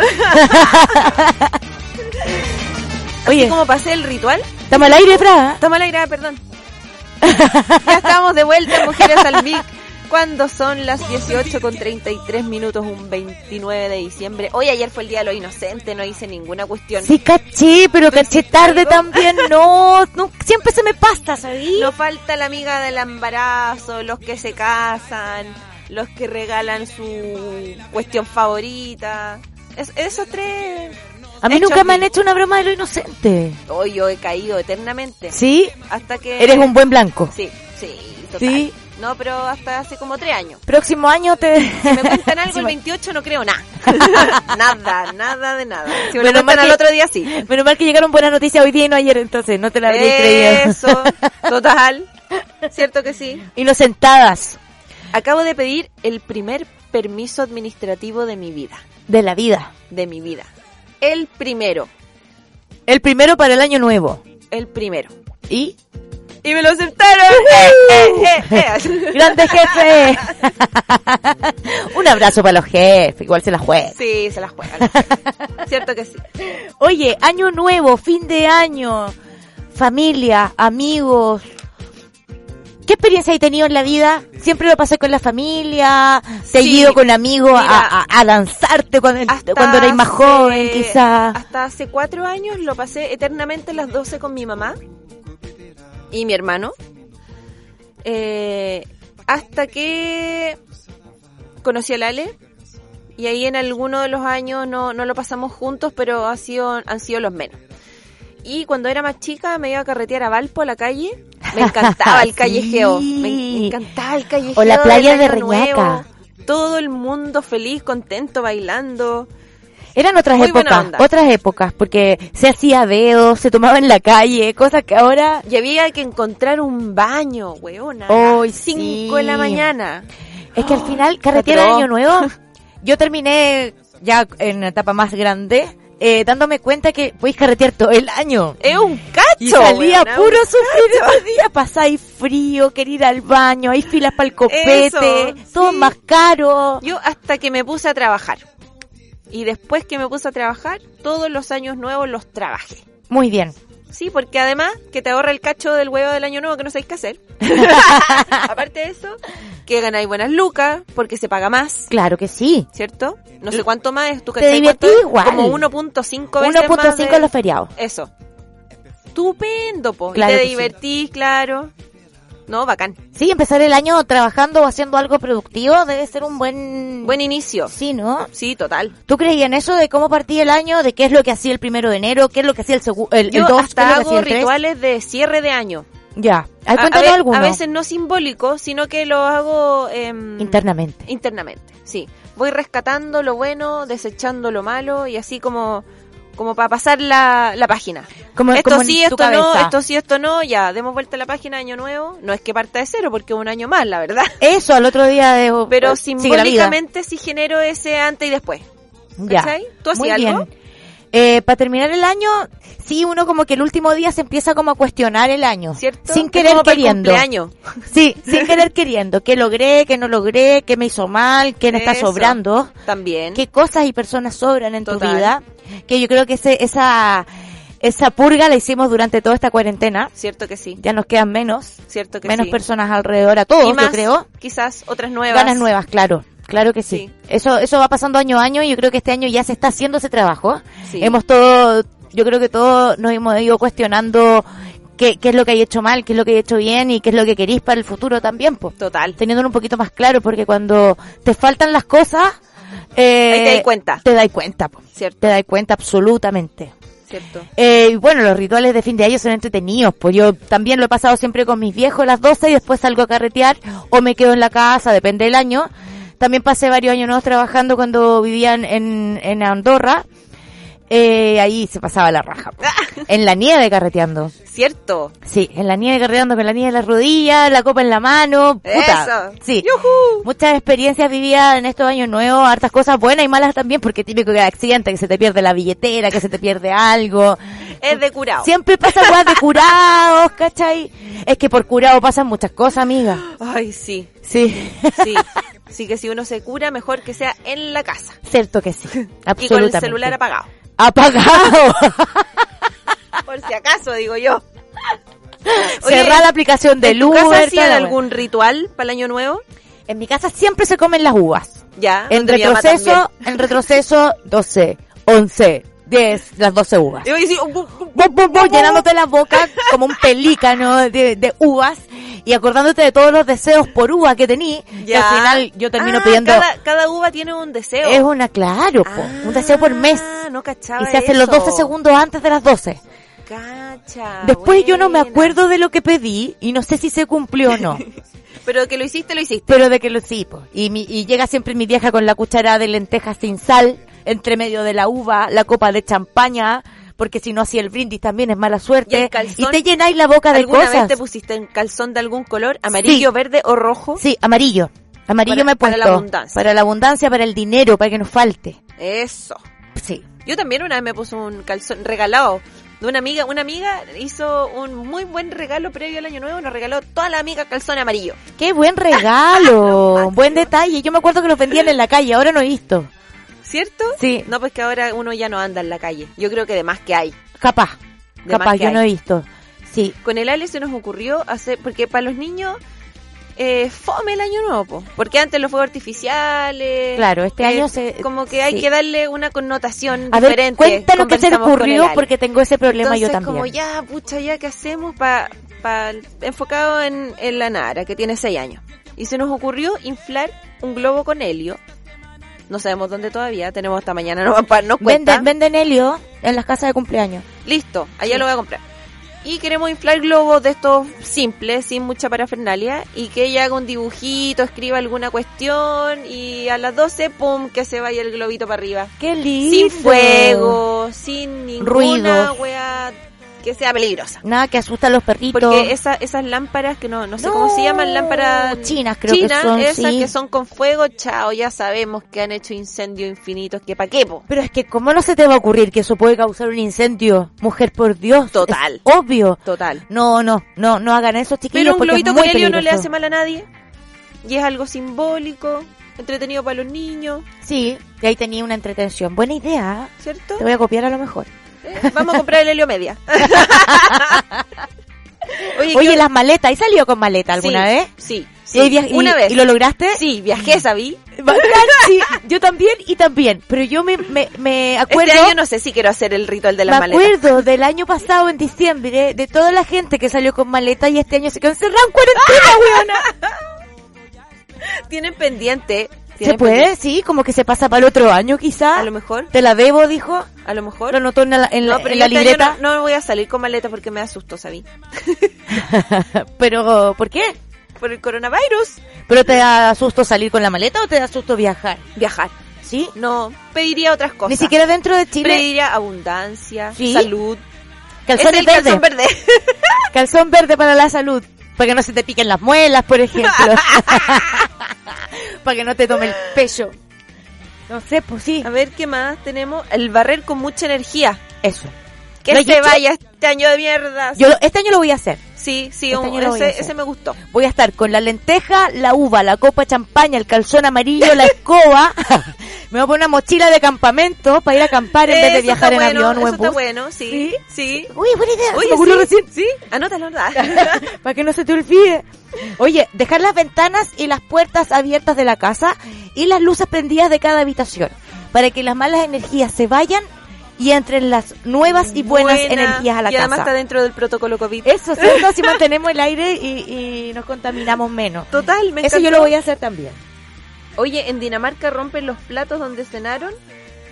Oye.
Oye,
¿Cómo pasé el ritual?
estamos al aire, Fra.
Toma la grada, perdón. ya estamos de vuelta en Mujeres al Mic. Cuando son las 18 con 33 minutos, un 29 de diciembre. Hoy ayer fue el Día de los Inocentes, no hice ninguna cuestión.
Sí, caché, pero caché tarde
Pues algo.
también. No, no, siempre se me pasa, ¿sabí?
No falta la amiga del embarazo, los que se casan, los que regalan su cuestión favorita. Es- esos tres.
A mí
hechos
nunca me han
mi-
hecho una broma de lo inocente.
Hoy yo he caído eternamente.
¿Sí?
Hasta que.
Eres un buen blanco.
Sí, sí, total.
Sí.
No, pero hasta hace como tres años.
Próximo año te...
Si me cuentan algo el 28 no creo nada. nada, nada de nada. Si me lo
Menos mal
cuentan al
que-
otro día sí.
Menos mal que llegaron buenas noticias hoy día y no ayer, entonces no te la habría creído.
Eso, total. Cierto que sí.
Inocentadas
Acabo de pedir el primer permiso administrativo de mi vida.
de la vida.
De mi vida. El primero.
El primero para el año nuevo.
El primero.
¿Y?
Y me lo aceptaron. Eh, eh, eh, eh.
¡Grande jefe! Un abrazo para los jefes, igual se la juega.
Sí, se las juegan. Cierto que sí.
Oye, año nuevo, fin de año, familia, amigos. ¿Qué experiencia he tenido en la vida? Siempre lo pasé con la familia, te he
Sí,
ido con amigos a-
mira,
a, a danzarte cuando,
Hasta
cuando eras más
hace-
joven, quizás.
Hasta hace cuatro años lo pasé eternamente las 12 con mi mamá y mi hermano. Eh, hasta que conocí a Lale. Y ahí en alguno de los años no, no lo pasamos juntos, pero ha sido, han sido los menos. Y cuando era más chica me iba a carretear a Valpo, a la calle. Me encantaba el
Sí.
callejeo. Me, me encantaba el callejeo.
O la
del
playa de
Año Nuevo.
Reñaca.
Todo el mundo feliz, contento, bailando.
Eran otras
Muy buena
épocas,
onda.
otras épocas, porque se hacía veo, se tomaba en la calle, cosas que ahora
Y había que encontrar un baño, weona.
Ay,
Cinco
sí.
de la mañana.
Es que al final, carretera de
atroz.
Año Nuevo, yo terminé ya en una etapa más grande, eh, dándome cuenta que podéis carretear todo el año.
Es un cacho.
Y salía
weona,
puro
un
sufrir ese día. Pasáis frío, quería ir al baño, hay filas para el copete,
Eso,
todo
sí.
más caro.
Yo hasta que me puse a trabajar. Y después que me puse a trabajar, todos los años nuevos los trabajé.
Muy bien.
Sí, porque además que te ahorra el cacho del huevo del año nuevo que no sabéis qué hacer. Aparte de eso, que ganáis buenas lucas porque se paga más,
Claro que sí.
¿cierto? No sé cuánto más es tu
Te
cachai
divertí
cuánto es,
igual.
Como 1.5 veces más
1.5
de-
los feriados.
Eso. Estupendo, po. Y
Claro que
te
sí.
divertís, claro. No, bacán.
Sí, empezar el año trabajando o haciendo algo productivo debe ser un buen...
Buen inicio.
Sí, ¿no?
Sí, total.
¿Tú creías en eso de cómo partí el año? ¿De qué es lo que hacía el primero de enero? ¿Qué es lo que hacía el segundo? El,
Yo
el dos, ¿qué
hasta
es lo que hacía
hago
el tres?
rituales de cierre de año.
Ya.
A-
Ay,
a
cuéntanos
ve-
alguno.
A veces no simbólico, sino que lo hago em,
Internamente.
internamente. Sí, voy rescatando lo bueno, desechando lo malo y así como como para pasar la, la página.
Como,
esto
como en
sí,
tu
esto no,
cabeza.
esto sí, esto no, ya, demos vuelta a la página, año nuevo. No es que parta de cero porque es un año más, la verdad.
Eso, al otro día de...
Pero
sigue la vida.
simbólicamente sí genero ese antes y después.
Ya.
¿Cachai? ¿Tú
Muy
hacías algo?
bien. Eh, para terminar el año, sí, uno como que el último día se empieza como a cuestionar el año.
¿Cierto?
Sin
Es
querer
como para el
queriendo.
cumpleaños.
Sí, sin querer queriendo. ¿Qué logré? ¿Qué no logré? ¿Qué me hizo mal? ¿Qué no está
Eso.
sobrando?
También.
¿Qué cosas y personas sobran en tu
Total.
vida? Que yo creo que ese, esa, esa purga la hicimos durante toda esta cuarentena.
Cierto que sí.
Ya nos quedan menos,
Cierto que
menos
sí.
personas alrededor a todos,
y más,
yo creo.
quizás otras nuevas.
Ganas nuevas, claro. Claro que sí.
Sí.
Eso, eso va pasando año a año y yo creo que este año ya se está haciendo ese trabajo.
Sí.
Hemos todo, yo creo que todos nos hemos ido cuestionando qué, qué es lo que hay hecho mal, qué es lo que hay hecho bien y qué es lo que querís para el futuro también, pues.
Total.
Teniéndolo un poquito más claro, porque cuando te faltan las cosas, eh,
Ahí te das cuenta.
Te das cuenta, po.
Cierto,
Te das cuenta absolutamente.
cierto.
Eh, y bueno, los rituales de fin de año son entretenidos, pues yo también lo he pasado siempre con mis viejos a las 12 y después salgo a carretear o me quedo en la casa, depende del año. También pasé varios años nuevos trabajando cuando vivían en, en Andorra. Eh, ahí se pasaba la raja. po. En la nieve carreteando.
Cierto.
Sí, en la nieve carreteando con la nieve en las rodillas, la copa en la mano. Puta.
Eso.
Sí.
¡Yujú!
Muchas experiencias vividas en estos años nuevos, hartas cosas buenas y malas también, porque típico que hay accidente, que se te pierde la billetera, que se te pierde algo.
Es de curado.
Siempre pasa weas de curados, ¿cachai? Es que por curado pasan muchas cosas, amiga.
Ay, sí,
Sí.
sí. sí que si uno se cura, mejor que sea en la casa.
Cierto que sí. Absolutamente.
Y con el celular apagado.
apagado.
Por si acaso, digo yo.
Cerrar la aplicación de
¿en tu
luz.
casa hacían algún ritual para el año nuevo?
En mi casa siempre se comen las uvas.
Ya.
En
Ah, donde mi mamá
retroceso, en retroceso, 12, 11, 10, las 12 uvas.
también. Yo decía, "Uh, bu- bu-
Bo, bo, bo, llenándote la boca como un pelícano de, de uvas y acordándote de todos los deseos por uva que tení. Y
Ya.
al final yo termino
Ah,
pidiendo...
Cada, cada uva tiene un deseo.
Es una, claro, po, un deseo por mes.
Ah, no cachaba
Y se hacen los
eso.
12 segundos antes de las 12.
Cacha.
Después yo no me
buena.
acuerdo de lo que pedí y no sé si se cumplió o no.
Pero que lo hiciste, lo hiciste.
pero de que lo sí, po. Y, mi- y llega siempre mi vieja con la cuchara de lentejas sin sal, entre medio de la uva, la copa de champaña, porque si no hacía el brindis también es mala
Y el
suerte.
calzón,
te llenáis la boca de
¿Alguna vez
cosas.
te pusiste en calzón de algún color? ¿Amarillo,
Sí.
verde o rojo?
Sí, amarillo. Amarillo
Para-
me he
para
puesto.
la abundancia.
Para la abundancia, para el dinero, para que nos falte.
Eso.
Sí.
Yo también una vez me puse un calzón regalado de una amiga. Una amiga hizo un muy buen regalo previo al año nuevo. Nos regaló toda la amiga calzón amarillo.
Qué buen regalo, buen detalle. Yo me acuerdo que los vendían en la calle, ahora no he visto.
¿Cierto?
Sí.
No, pues que ahora uno ya no anda en la calle. Yo creo que de más que hay.
Capaz,
De
capaz,
más que
yo
hay.
no he visto. Sí,
Con el Ale se nos ocurrió hacer, porque para los niños eh, fome el año nuevo, po. porque antes los fuegos artificiales.
Claro, este
eh,
año se-
Como que hay
sí.
que darle una connotación
a ver,
diferente.
cuenta lo que se te
Conversamos con el
ocurrió
Ale.
porque tengo ese problema
Entonces,
yo también.
como ya, pucha, ya, ¿qué hacemos? Pa, pa- enfocado en, en la Nara, que tiene 6 años. Y se nos ocurrió inflar un globo con helio. No sabemos dónde todavía, tenemos hasta mañana, no, pa, no cuenta.
Venden, venden helio en las casas de cumpleaños.
Listo, allá lo voy a comprar. Y queremos inflar globos de estos simples, sin mucha parafernalia, y que ella haga un dibujito, escriba alguna cuestión, y a las 12, pum, que se vaya el globito para arriba.
Qué lindo.
Sin fuego, sin ninguna
Ruido.
weá que sea peligrosa.
Nada que asusta a los perritos.
Porque esa, esas lámparas que no, no sé cómo se llaman, lámparas
chinas creo que
chinas,
son,
esas
sí.
que son con fuego, chao, ya sabemos que han hecho incendios infinitos, que pa' qué, po.
Pero es que, ¿cómo no se te va a ocurrir que eso puede causar un incendio? Mujer, por Dios.
Total.
Es obvio.
Total.
No, no, no, no hagan eso, chiquillos.
Pero un
porque es
globito
muy
con helio no le
peligroso.
hace mal a nadie, y es algo simbólico, entretenido para los niños,
Sí, y ahí tenía una entretención. Buena idea. ¿eh?
¿cierto?
Te voy a copiar a lo mejor.
Eh, Vamos a comprar el helio media. Oye,
Oye,
¿qué-
las maletas. ¿Y salió con maleta alguna
Sí,
vez?
Sí.
¿Y, ahí
sí,
via- y-
una vez.
¿Y lo lograste?
Sí, viajé, Este sabí.
Bacán, sí. Yo también y también. Pero yo me, me, me acuerdo...
Este año no sé si quiero hacer el ritual de
Me
las maletas.
acuerdo del año pasado, en diciembre, de toda la gente que salió con maleta y este año se quedó encerrada en
Ah,
cuarentena, weona.
Tienen pendiente.
¿Se
tienen
puede? Ah.
pendiente.
Sí, como que se pasa para el otro año quizá.
A lo mejor.
Te la debo, dijo.
A lo mejor.
Lo anotó en la, en la-
No, pero
en la
yo este año
libreta.
No, no voy a salir con maleta porque me asustó, sabí.
Pero, ¿por qué?
Por el coronavirus.
¿Pero te da susto salir con la maleta o te da susto viajar?
Viajar.
¿Sí?
No, pediría otras cosas.
Ni siquiera dentro de Chile.
Pediría abundancia,
Sí.
salud.
Calzones
es el calzón
verdes.
verde.
Calzón verde para la salud. Para que no se te piquen las muelas, por ejemplo. para que no te tome el pecho. No sé, pues sí.
a ver qué más tenemos. El barrer con mucha energía.
Eso.
Que
No, yo
se
he hecho-
vaya este año de mierda.
Yo lo- este año lo voy a hacer.
sí, sí,
este
un-
año lo voy a
ese,
hacer.
ese me gustó.
Voy a estar con la lenteja, la uva, la copa de champaña, el calzón amarillo, la escoba. Me voy a poner una mochila de campamento para ir a acampar en vez de
Eso
viajar en
está bueno,
avión o en
eso está
bus.
bueno, sí. Sí.
Uy, buena idea. se
Oye,
me ocurrió
sí,
recién.
sí, anótalo, anótalo.
para que no se te olvide. Oye, dejar las ventanas y las puertas abiertas de la casa y las luces prendidas de cada habitación para que las malas energías se vayan y entren las nuevas y buenas
Buena,
energías a la
Y además
casa.
está dentro del protocolo COVID.
Eso, ¿cierto? Así mantenemos el aire y, y nos contaminamos menos.
Total, me
Eso yo
encantó.
lo voy a hacer también.
Oye, en Dinamarca rompen los platos donde cenaron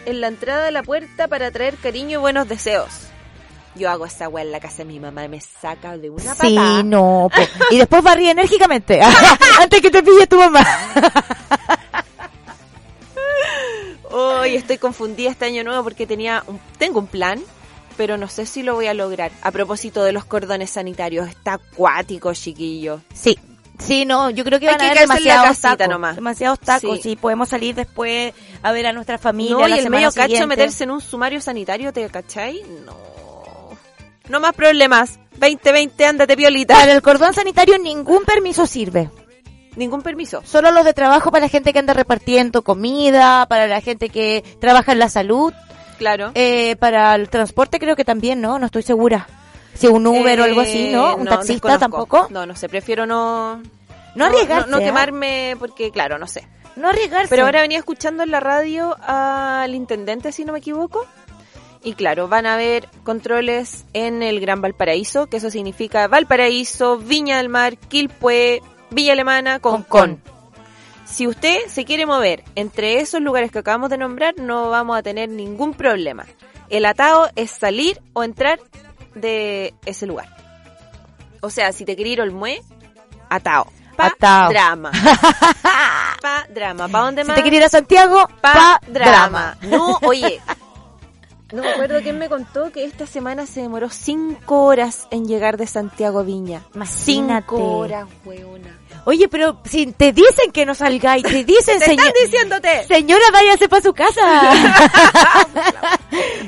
en la entrada de la puerta para traer cariño y buenos deseos. Yo hago esa weá en la casa de mi mamá y me saca de una
sí,
patada.
no. po. Y después barrí enérgicamente. Antes que te pille tu mamá.
Hoy estoy confundida este año nuevo porque tenía un- tengo un plan, pero no sé si lo voy a lograr. A propósito de los cordones sanitarios, está acuático, chiquillo.
Sí. Sí, no, yo creo que
Hay
van
que
a haber
quedarse en la
demasiados
casita
tacos.
nomás.
Demasiados tacos.
Sí.
Sí. podemos salir después a ver a nuestra familia.
no,
la
y el
semana
medio cacho
siguiente.
meterse en un sumario sanitario, ¿te cachai? No. No más problemas. 2020, ándate piolita.
Para el cordón sanitario ningún permiso sirve.
Ningún permiso.
Solo los de trabajo para la gente que anda repartiendo comida, para la gente que trabaja en la salud,
Claro.
eh, para el transporte creo que también, ¿no? No estoy segura. Si un Uber o algo así,
Eh,
¿no? Un taxista
desconozco.
tampoco. No,
No, no sé, prefiero no...
arriesgarse.
No,
¿ah?
quemarme porque, claro, no sé.
No arriesgarse.
Pero ahora venía escuchando en la radio al intendente, si no me equivoco. Y claro, van a haber controles en el Gran Valparaíso, que eso significa Valparaíso, Viña del Mar, Quilpué, Villa Alemana, Concón. Si usted se quiere mover entre esos lugares que acabamos de nombrar, no vamos a tener ningún problema. El atado es salir o entrar de ese lugar. O sea, si te quiere ir a Olmué, atado. Pa
Atao.
drama. pa drama. ¿Pa dónde
Si
más?
te quieres ir a Santiago,
pa,
pa,
drama.
drama.
No, oye. No me acuerdo quién me contó que esta semana se demoró cinco horas en llegar de Santiago a Viña.
Imagínate.
Cinco horas, weona.
Oye, pero si te dicen que no salgáis, te dicen,
¡Te están
señor,
diciéndote!
señora, váyase para su casa.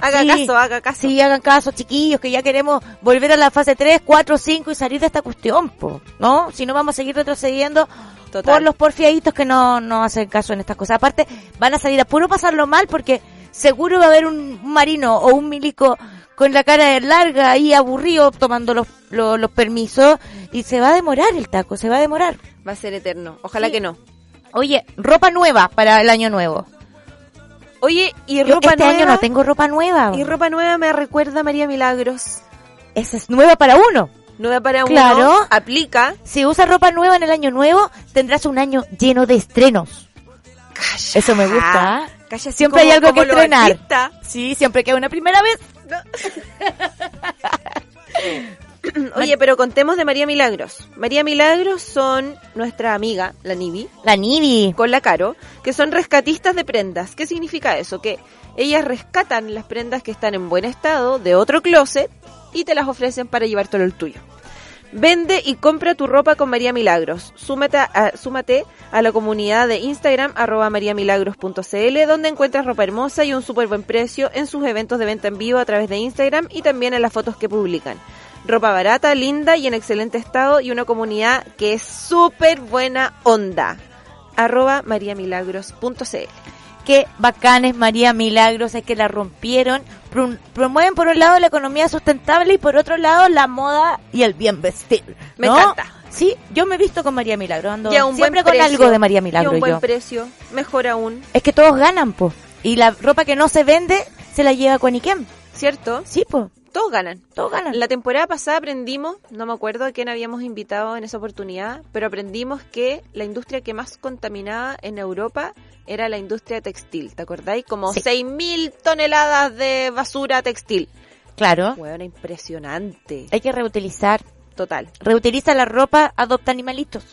Haga
Sí.
caso, haga caso.
Sí, hagan caso, chiquillos, que ya queremos volver a la fase 3, 4, 5 y salir de esta cuestión, po, ¿no? Si no, vamos a seguir retrocediendo
Total.
por los porfiaditos que no, no hacen caso en estas cosas. Aparte, van a salir a puro pasarlo mal porque seguro va a haber un marino o un milico con la cara de larga y aburrido tomando los, los, los permisos y se va a demorar el taco, se va a demorar.
Va a ser eterno. Ojalá
Sí.
que no.
Oye, ropa nueva para el año nuevo.
Oye, y
Yo
ropa
este
nueva.
año no tengo ropa nueva.
Y ropa nueva me recuerda a María Milagros.
Esa es nueva para uno.
Nueva para uno.
Claro.
Aplica.
Si usas ropa nueva en el año nuevo, tendrás un año lleno de estrenos. Eso me gusta. ¿eh?
Calla, así
Siempre hay
como-
algo
como
que
los
estrenar.
artistas.
Sí, siempre que hay una primera vez.
Oye, pero contemos de María Milagros. María Milagros son nuestra amiga, la Nibi,
La Nibi.
con la Caro, que son rescatistas de prendas. ¿Qué significa eso? Que ellas rescatan las prendas que están en buen estado de otro closet y te las ofrecen para llevártelo el tuyo. Vende y compra tu ropa con María Milagros. Súmate a, súmate a la comunidad de Instagram arroba mariamilagros.cl donde encuentras ropa hermosa y un súper buen precio en sus eventos de venta en vivo a través de Instagram y también en las fotos que publican. Ropa barata, linda y en excelente estado y una comunidad que es súper buena onda. arroba mariamilagros.cl
qué bacanes María Milagros, es que la rompieron. Prom- Promueven por un lado la economía sustentable y por otro lado la moda y el bien vestir.
Me
¿no?
encanta.
Sí, yo me he visto con María Milagros, ando
Y a un
siempre
buen
con
precio.
algo de María
Y a
Milagro
un buen
yo.
precio, mejor aún,
Es que todos ganan, po. Y la ropa que no se vende se la lleva Cuaniquem.
¿cierto?
Sí, po.
Todos ganan.
Todos ganan.
La temporada pasada aprendimos, no me acuerdo a quién habíamos invitado en esa oportunidad, pero aprendimos que la industria que más contaminaba en Europa era la industria textil, ¿te acordáis? Como
Sí.
6.000 toneladas de basura textil.
Claro.
Bueno, impresionante.
Hay que reutilizar.
Total,
Reutiliza la ropa, adopta animalitos.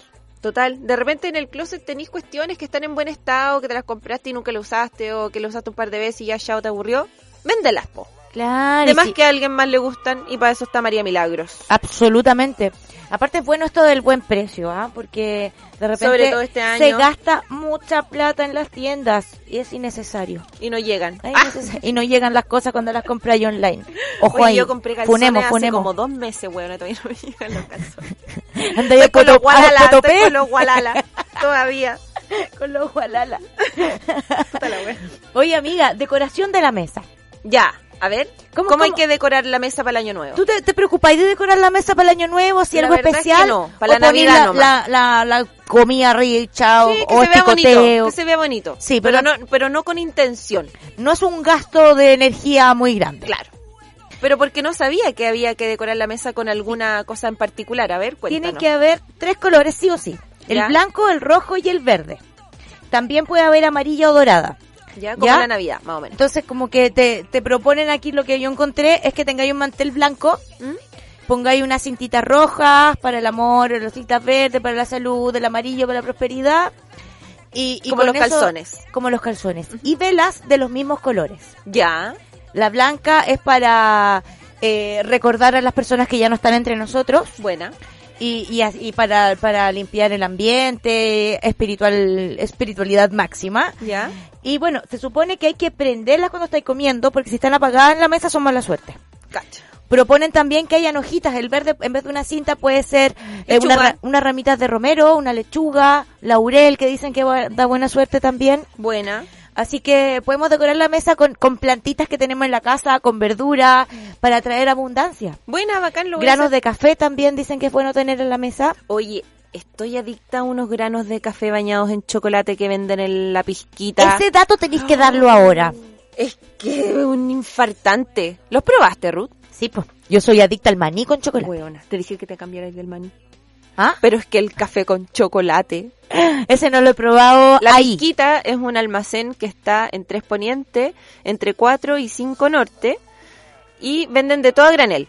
total. De repente en el closet tenéis cuestiones que están en buen estado, que te las compraste y nunca las usaste, o que las usaste un par de veces y ya chao te aburrió. Véndelas, po.
Claro. y
Además
si-
que a alguien más le gustan y para eso está María Milagros.
Absolutamente. Aparte es bueno esto del buen precio, ¿ah? Porque de repente
Sobre todo este año.
se gasta mucha plata en las tiendas y es innecesario.
Y no llegan.
Es
Ah,
innecesario. Y no llegan las cosas cuando las compras yo online. Ojo
Oye,
ahí.
yo compré calzones
ponemos,
hace
ponemos.
como dos meses, weón, todavía no me llegan los calzones.
Anda
Estoy
ahí al
con los
poto- al
gualala, estoy
potopé.
con los gualala, todavía.
Con los gualala.
Puta la wea.
Oye, amiga, decoración de la mesa.
Ya, a ver, ¿cómo,
¿Cómo-
hay
cómo?
que decorar la mesa para el año nuevo?
¿Tú te, te preocupáis de decorar la mesa para el año nuevo, si
La
algo
verdad es que
especial?
no, para
o
la
poner
Navidad
la,
nomás.
la, la, la comida rica o,
Sí, que
o este
se vea bonito,
picoteo.
que se vea bonito.
Sí,
pero,
pero-
no, pero no con intención,
No es un gasto de energía muy grande.
claro. Pero porque no sabía que había que decorar la mesa con alguna cosa en particular, a ver, cuéntanos.
Tiene que haber tres colores sí o sí. El
Ya.
blanco, el rojo y el verde. También puede haber amarilla o dorada.
Ya, como
¿Ya?
la Navidad, más o menos.
Entonces como que te, te proponen aquí lo que yo encontré es que tengáis un mantel blanco,
¿Mm?
pongáis unas cintitas rojas para el amor, las cintas verdes para la salud, el amarillo para la prosperidad. Y, y
Como
con
los calzones.
Como los calzones. Y velas de los mismos colores.
Ya,
La blanca es para eh, recordar a las personas que ya no están entre nosotros.
buena.
y, y, as- y para, para limpiar el ambiente, espiritual, espiritualidad máxima.
Ya,
Y bueno, se supone que hay que prenderlas cuando estáis comiendo, porque si están apagadas en la mesa son mala suerte.
cacha.
Proponen también que hayan hojitas, el verde en vez de una cinta puede ser eh,
Lechuga.
una ra- unas ramitas de romero, una lechuga, laurel, que dicen que va- da buena suerte también.
Buena.
Así que podemos decorar la mesa con, con plantitas que tenemos en la casa, con verdura, para traer abundancia.
Buena, bacán, lo voy a
Granos
hacer.
de café también dicen que es bueno tener en la mesa.
Oye, estoy adicta a unos granos de café bañados en chocolate que venden en la pizquita.
Ese dato tenéis que darlo ahora.
Es que es un infartante. ¿Los probaste, Ruth?
Sí, pues. Yo soy adicta al maní con chocolate.
Hueona, te dije que te cambiaras del maní.
¿Ah?
Pero es que el café con chocolate.
Ese no lo he probado
La
ahí.
pizquita es un almacén que está en Tres Poniente, entre 4 y 5 Norte, y venden de todo a granel.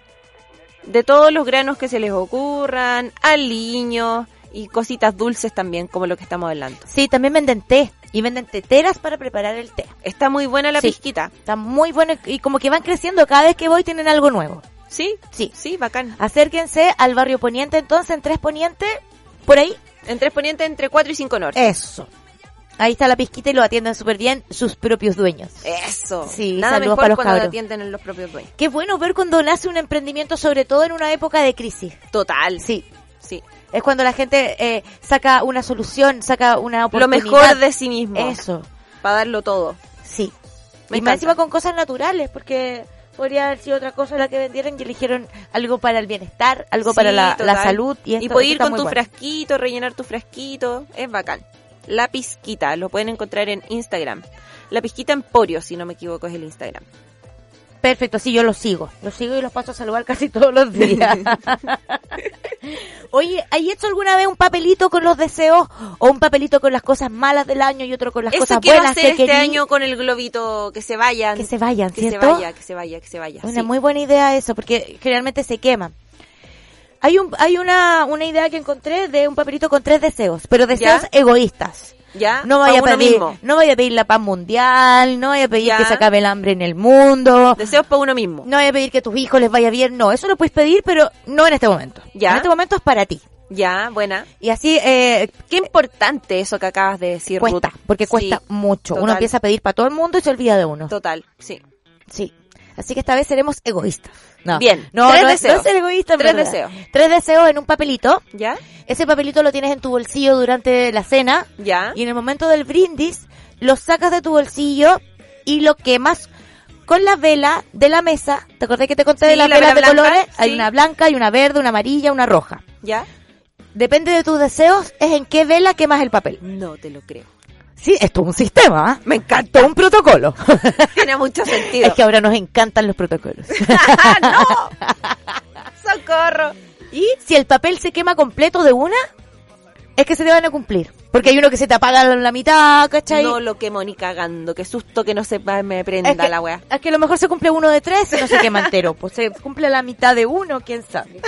De todos los granos que se les ocurran, aliños y cositas dulces también, como lo que estamos hablando.
Sí, también venden té. Y venden teteras para preparar el té.
Está muy buena la
Sí.
pizquita.
Está muy bueno y como que van creciendo. Cada vez que voy tienen algo nuevo.
¿Sí?
Sí.
Sí, bacán.
Acérquense al barrio Poniente entonces, en Tres Poniente, por ahí.
En Tres Poniente, entre 4 y 5 Norte.
Eso. Ahí está la pizquita y lo atienden súper bien sus propios dueños.
Eso.
Eh, Sí,
Nada
saludos
mejor
para los
cuando
cabros.
atienden en los propios dueños.
Qué bueno ver cuando nace un emprendimiento, sobre todo en una época de crisis.
Total.
Sí.
Sí.
Es cuando la gente eh, saca una solución, saca una
Lo
oportunidad.
mejor de sí mismo.
Eso,
Para darlo todo.
sí.
Me
y
encanta.
más encima con cosas naturales, porque podría haber sido otra cosa la que vendieran y eligieron algo para el bienestar, algo
Sí,
para la, la
total.
salud. Y, esto,
y puedes
esto
ir
está
con
muy
tu
bueno.
frasquito, rellenar tu frasquito. Es bacán. La Pizquita. Lo pueden encontrar en Instagram. La Pizquita Emporio, si no me equivoco, es el Instagram.
Perfecto, sí, yo los sigo. Los sigo y los paso a saludar casi todos los días. Oye, ¿hay hecho alguna vez un papelito con los deseos o un papelito con las cosas malas del año y otro con las
Eso
cosas
quiero
buenas
hacer
que
este
querí?
año con el globito. Que se vayan.
Que se vayan,
que
¿cierto?
se vaya, que se vaya, que se vaya.
Una
sí.
muy buena idea eso, porque generalmente se queman. Hay un hay una, una idea que encontré de un papelito con tres deseos, pero deseos
¿Ya?
egoístas.
¿Ya?
No
Pa'
vaya a
uno
pedir,
mismo.
no vaya a pedir la paz mundial, no vaya a pedir
¿Ya?
que se acabe el hambre en el mundo,
Deseos para uno mismo.
no vaya a pedir que a tus hijos les vaya bien, no, eso lo puedes pedir, pero no en este momento.
¿Ya?
En este momento es para ti.
Ya, buena.
Y así eh,
Qué importante eso que acabas de decir, Ruth.
cuesta, porque cuesta
Sí,
mucho. Uno
total.
empieza a pedir para todo el mundo y se olvida de uno.
Total, sí.
Sí. Así que esta vez seremos egoístas. No.
Bien.
No,
Tres
no,
deseos.
no ser egoísta, en
Tres
verdad.
deseos.
Tres deseos en un papelito.
¿Ya?
Ese papelito lo tienes en tu bolsillo durante la cena.
¿Ya?
Y en el momento del brindis, lo sacas de tu bolsillo y lo quemas con la vela de la mesa. ¿Te acordás que te conté de
Sí,
las
la
velas de
vela blanca,
colores? Hay
sí.
una blanca, hay una verde, una amarilla, una roja.
¿Ya?
Depende de tus deseos, es en qué vela quemas el papel.
No te lo creo.
Sí, esto es un sistema, ¿ah?
Me
Esto
encanta.
es un protocolo.
Tiene mucho sentido.
es que ahora nos encantan los protocolos.
¡Ah, ¡No! ¡Socorro!
Y si el papel se quema completo de una, es que se te van a cumplir. Porque hay uno que se te apaga la- la mitad, ¿cachai?
No lo quemo ni cagando. Qué susto que no se pa- me prenda
es que,
la weá.
es que a lo mejor se cumple uno de tres y no se quema entero. Pues se cumple la mitad de uno, quién sabe.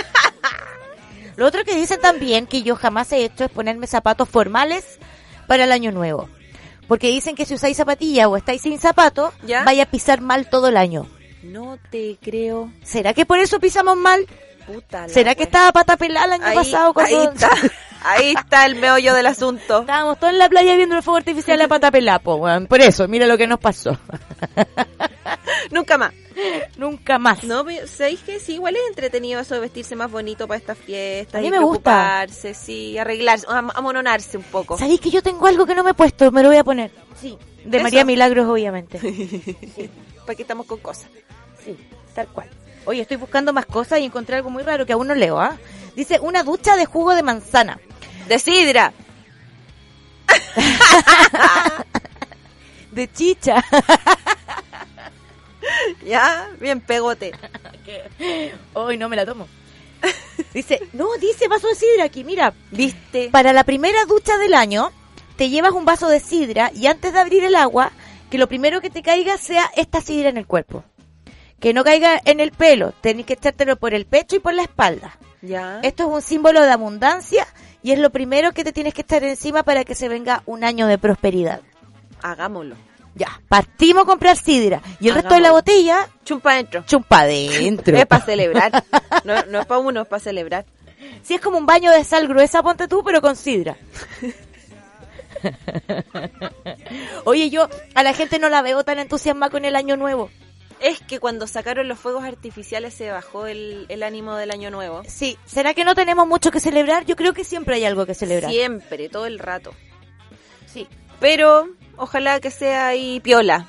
Lo otro que dicen también que yo jamás he hecho es ponerme zapatos formales para el año nuevo. Porque dicen que si usáis zapatilla o estáis sin zapato,
¿Ya?
vaya a pisar mal todo el año.
No te creo.
¿Será que por eso pisamos mal?
Puta la
¿Será que
weá.
estaba pata pelada el año
Ahí-
pasado cuando
ahí está, ahí está el meollo del asunto.
estábamos todos en la playa viendo el fuego artificial a pata pelada, po, weón? Por eso, mira lo que nos pasó.
Nunca más.
Nunca más.
No, pero ¿sabéis que sí? Igual es entretenido eso de vestirse más bonito para estas fiestas.
A mí
y
me gusta.
preocuparse, sí, arreglarse, am- amononarse un poco.
¿Sabéis que yo tengo algo que no me he puesto? Me lo voy a poner. Sí. De
Eso.
María Milagros, obviamente.
Para que estamos con cosas.
Sí, tal cual. Oye, estoy buscando más cosas y encontré algo muy raro que aún no leo, ¿ah? Dice, una ducha de jugo de manzana.
De sidra.
De chicha.
Ya, bien pegote.
Hoy no me la tomo. Dice, no, dice vaso de sidra aquí, mira.
¿Viste?
Para la primera ducha del año, te llevas un vaso de sidra y antes de abrir el agua, que lo primero que te caiga sea esta sidra en el cuerpo. Que no caiga en el pelo, tenés que echártelo por el pecho y por la espalda.
Ya.
Esto es un símbolo de abundancia y es lo primero que te tienes que estar encima para que se venga un año de prosperidad.
Hagámoslo.
Ya, partimos a comprar sidra y el resto de la
Hagámoslo.
botella
Chumpa adentro.
chumpa adentro.
Es para celebrar. No, no es para uno, es para celebrar.
Si es como un baño de sal gruesa, ponte tú, pero con sidra. Oye, yo a la gente no la veo tan entusiasmada con el año nuevo.
Es que cuando sacaron los fuegos artificiales se bajó el, el ánimo del año nuevo.
Sí, ¿será que no tenemos mucho que celebrar? Yo creo que siempre hay algo que celebrar.
Siempre, todo el rato.
Sí.
Pero ojalá que sea ahí piola.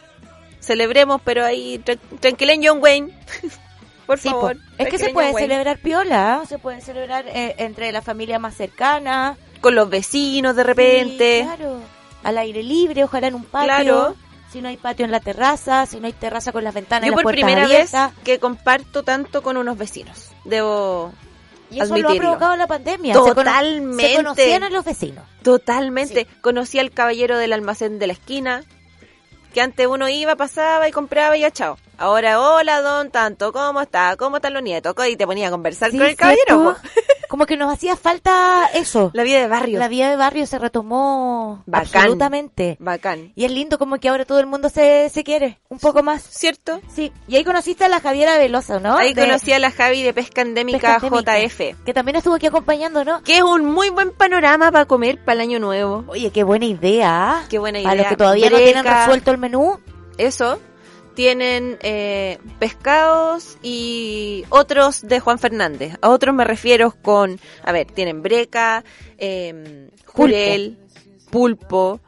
Celebremos, pero ahí tra- tranquilen John Wayne. Por
Sí, po.
favor.
es que
tranquilen
se
John
puede
Wayne.
celebrar piola, ¿eh? se puede celebrar eh, entre la familia más cercana,
Con los vecinos de
Sí,
repente.
claro. Al aire libre, ojalá en un patio.
Claro.
Si no hay patio en la terraza, si no hay terraza con las ventanas y
Yo por
las puertas
primera
abiertas.
vez que comparto tanto con unos vecinos. Debo
Y eso lo ha
admitirlo.
provocado la pandemia.
Totalmente.
Se, cono- se conocían a los vecinos.
Totalmente. Conocí al caballero del almacén de la esquina, que antes uno iba, pasaba y compraba y ya chao. Ahora, hola don tanto, ¿cómo está? ¿Cómo están los nietos? Y te ponía a conversar
Sí,
con el
¿cierto?
caballero. po.
Como que nos hacía falta eso.
La vida de barrio.
La vida de barrio se retomó
Bacán.
absolutamente.
Bacán.
Y es lindo como que ahora todo el mundo se, se quiere un poco más.
¿Cierto?
Sí. Y ahí conociste a la Javiera Velosa, ¿no?
Ahí
De
conocí a la Javi de Pesca Endémica,
Pesca Endémica,
JF.
Que también estuvo aquí acompañando, ¿no?
Que es un muy buen panorama para comer para el año nuevo.
Oye, qué buena idea. ¿ah?
Qué buena
Para
idea.
los que todavía no tienen
Breca.
resuelto el menú,
Eso. Tienen eh, pescados y otros de Juan Fernández. A otros me refiero con, a ver, tienen breca, eh, jurel, pulpo,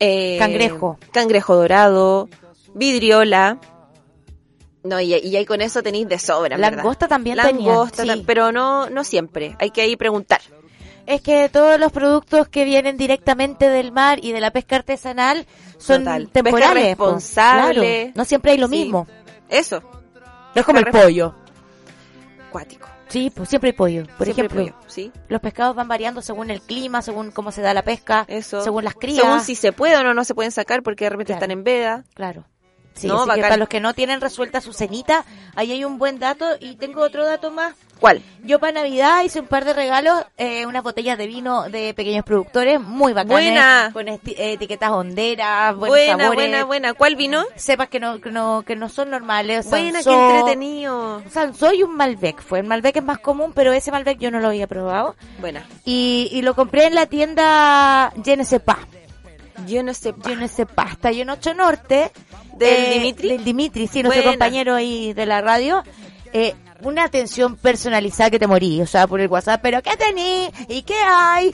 eh,
Cangrejo.
cangrejo dorado, vidriola. No, y, y ahí con eso tenéis de sobra, en ¿verdad?
Langosta también
Langosta,
tenían,
ta-
sí.
pero no, no siempre. Hay que ahí preguntar.
Es que todos los productos que vienen directamente del mar y de la pesca artesanal son
Total. Pesca
temporales. po.
responsable.
Claro, No siempre hay lo
Sí.
mismo.
Eso,
No es como
el
pollo.
acuático.
Sí, pues siempre hay pollo. Por
Siempre
ejemplo,
pollo, sí,
los pescados van variando según el clima, según cómo se da la pesca,
eso.
según las crías.
Según si se puede o no, no se pueden sacar porque de repente
Claro.
están en veda.
Claro. Sí,
No,
así que
bacán.
para los que no tienen resuelta su cenita, ahí hay un buen dato y tengo otro dato más.
¿Cuál?
Yo para Navidad hice un par de regalos, eh, unas botellas de vino de pequeños productores muy
Buena.
bacanas, con esti- eh, etiquetas honderas, buenos
buena,
sabores,
buena, buena. ¿Cuál vino?
cepas que no, que no, que no son normales.
Buena, qué
Sansó,
entretenido.
Sansó y un Malbec, fue el Malbec es más común, pero ese Malbec yo no lo había probado
Buena.
y, y lo compré en la tienda Je ne sais pas.
Yo no sé.
Yo no sé, pasta, yo en Ocho Norte. eh,
¿Del Dimitri?
Del Dimitri, sí, nuestro
Buena.
compañero ahí de la radio. Eh, una atención personalizada que te morí, o sea, por el WhatsApp, pero ¿qué tení? ¿Y qué hay?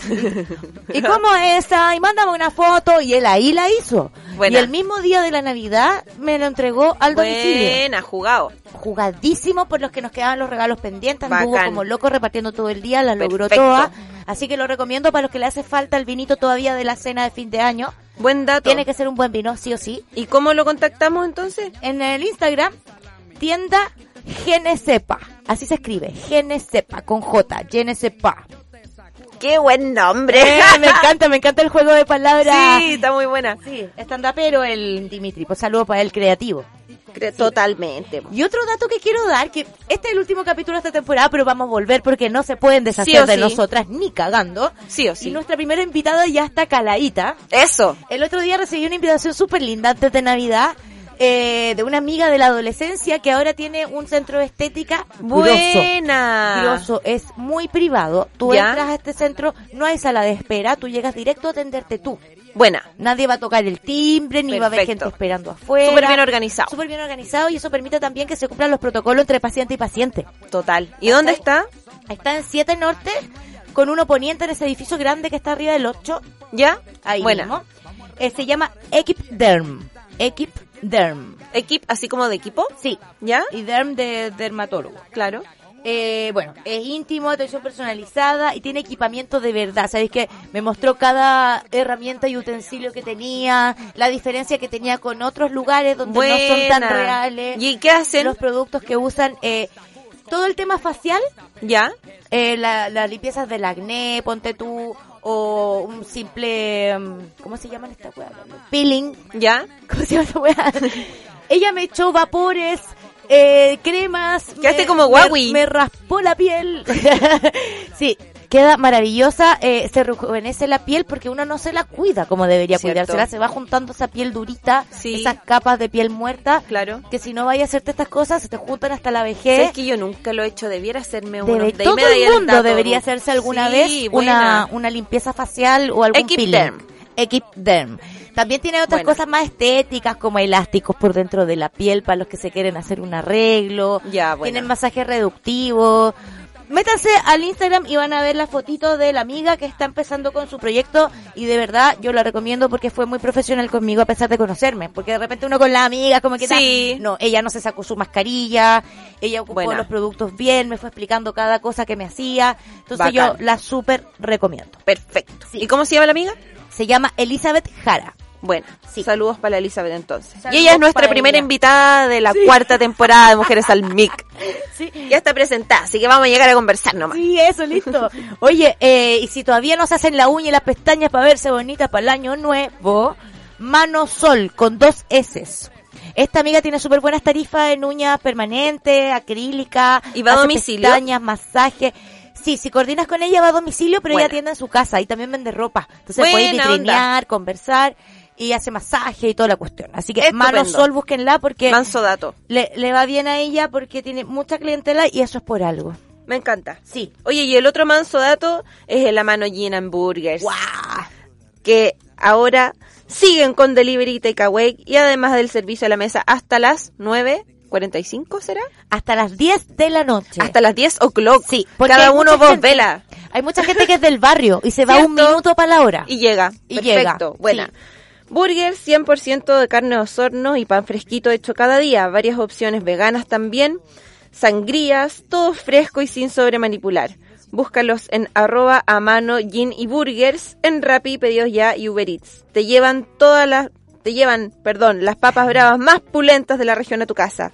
¿Y cómo es esa? Y mándame una foto, y él ahí la hizo.
Buena.
Y el mismo día de la Navidad me lo entregó al domicilio.
Buena, jugado.
Jugadísimo por los que nos quedaban los regalos pendientes. Anduvo
Bacán.
como loco repartiendo todo el día, las logró
Perfecto.
todas. Así que lo recomiendo para los que le hace falta el vinito todavía de la cena de fin de año.
Buen dato.
Tiene que ser un buen vino, sí o sí.
¿Y cómo lo contactamos entonces?
En el Instagram, tienda Genesepa. Así se escribe, Genesepa, con J, Genesepa.
¡Qué buen nombre!
Eh, me encanta, me encanta el juego de palabras.
Sí, está muy buena.
Sí, pero el Dimitri. Pues saludo para el creativo.
Cre- Totalmente.
Y otro dato que quiero dar, que este es el último capítulo de esta temporada, pero vamos a volver porque no se pueden deshacer
Sí o
de
sí.
nosotras ni cagando.
Sí o sí.
Y nuestra primera invitada ya está caladita.
Eso.
El otro día recibí una invitación súper linda antes de Navidad eh, de una amiga de la adolescencia que ahora tiene un centro de estética grosso.
Buena.
Grosso, es muy privado. Tú
Ya.
entras a este centro, no hay sala de espera, tú llegas directo a atenderte tú.
Buena.
Nadie va a tocar el timbre, ni va a haber
Perfecto.
gente esperando afuera.
Súper bien organizado.
Súper bien organizado y eso permite también que se cumplan los protocolos entre paciente y paciente.
Total. ¿Y dónde está?
Está en 7 Norte, con uno poniente en ese edificio grande que está arriba del 8.
¿Ya?
Ahí
buena.
mismo. Eh, se llama Equipderm. Equipderm.
Equip, así como de equipo.
Sí.
¿Ya?
Y derm de dermatólogo.
Claro.
Eh, bueno, es íntimo, atención personalizada y tiene equipamiento de verdad. Sabéis que me mostró cada herramienta y utensilio que tenía, la diferencia que tenía con otros lugares donde no son tan
Buena.
reales.
¿Y qué hacen?
Los productos que usan, eh, todo el tema facial,
¿Ya?
eh, la- las limpiezas del acné, ponte tú, o un simple, mm, ¿cómo se llaman esta weá? Peeling,
¿Ya?
¿cómo se llama esta weá? Ella me echó vapores, eh, cremas.
Quedaste
me-
como Huawei.
Me, me raspó la piel. sí, queda maravillosa. eh, se rejuvenece la piel porque uno no se la cuida como debería
Cierto.
cuidársela. Se va juntando esa piel durita,
Sí.
esas capas de piel muerta.
Claro.
Que si no vaya a hacerte estas cosas, se te juntan hasta la vejez.
Sabes que yo nunca lo he hecho, debiera hacerme uno.
Debe-
De ahí
todo
me daría
el mundo
dato.
debería hacerse alguna
Sí,
vez
buena.
una, una limpieza facial o algún
Equiderm.
peeling. Equiderm. También tiene otras
Bueno.
cosas más estéticas como elásticos por dentro de la piel para los que se quieren hacer un arreglo.
Ya, bueno.
Tienen masaje reductivo. Métanse al Instagram y van a ver la fotito de la amiga que está empezando con su proyecto y de verdad yo la recomiendo porque fue muy profesional conmigo a pesar de conocerme, porque de repente uno con la amiga como que
Sí.
no, ella no se sacó su mascarilla, ella ocupó
Buena.
los productos bien, me fue explicando cada cosa que me hacía, entonces
Bacán.
yo la súper recomiendo.
Perfecto. ¿Y cómo se llama la amiga?
Se llama Elizabeth Jara.
Bueno,
Sí.
saludos para la Elizabeth entonces.
Saludos
y ella es nuestra
para
primera
ella.
invitada de la cuarta temporada de Mujeres al MIC. Ya está presentada, así que vamos a llegar a conversar nomás.
Sí, eso, listo. Oye, eh, y si todavía no se hacen la uña y las pestañas para verse bonitas para el año nuevo, Mano Sol con dos S. Esta amiga tiene súper buenas tarifas en uñas permanentes, acrílica,
¿Y va a
hace
domicilio?
pestañas, masaje. Sí, si coordinas con ella va a domicilio, pero
Buena.
ella atiende en su casa y también vende ropa. Entonces
Buena
puede vitrinear, conversar y hace masaje y toda la cuestión. Así que Mano
Estupendo.
Sol, búsquenla porque
Manso dato.
le, le va bien a ella porque tiene mucha clientela y eso es por algo.
Me encanta.
Sí.
Oye, y el otro manso dato es el mano Gin Hamburgers,
¡Guau!
que ahora siguen con delivery y takeaway y además del servicio a la mesa hasta las 9.45, ¿será?
Hasta las 10 de la noche.
Hasta las 10 o'clock.
Sí, porque
Cada
hay
uno
mucha
vos
gente.
vela
Hay mucha gente que es del barrio y se va
¿Cierto?
un minuto para la hora.
y llega.
Y
Perfecto,
llega,
buena.
sí.
Burger 100% de carne de osorno y pan fresquito hecho cada día. Varias opciones veganas también. Sangrías, todo fresco y sin sobremanipular. Búscalos en arroba a mano gin y burgers en Rappi, pedidos ya y Uber Eats. Te llevan todas las, te llevan, perdón, las papas bravas más pulentas de la región a tu casa.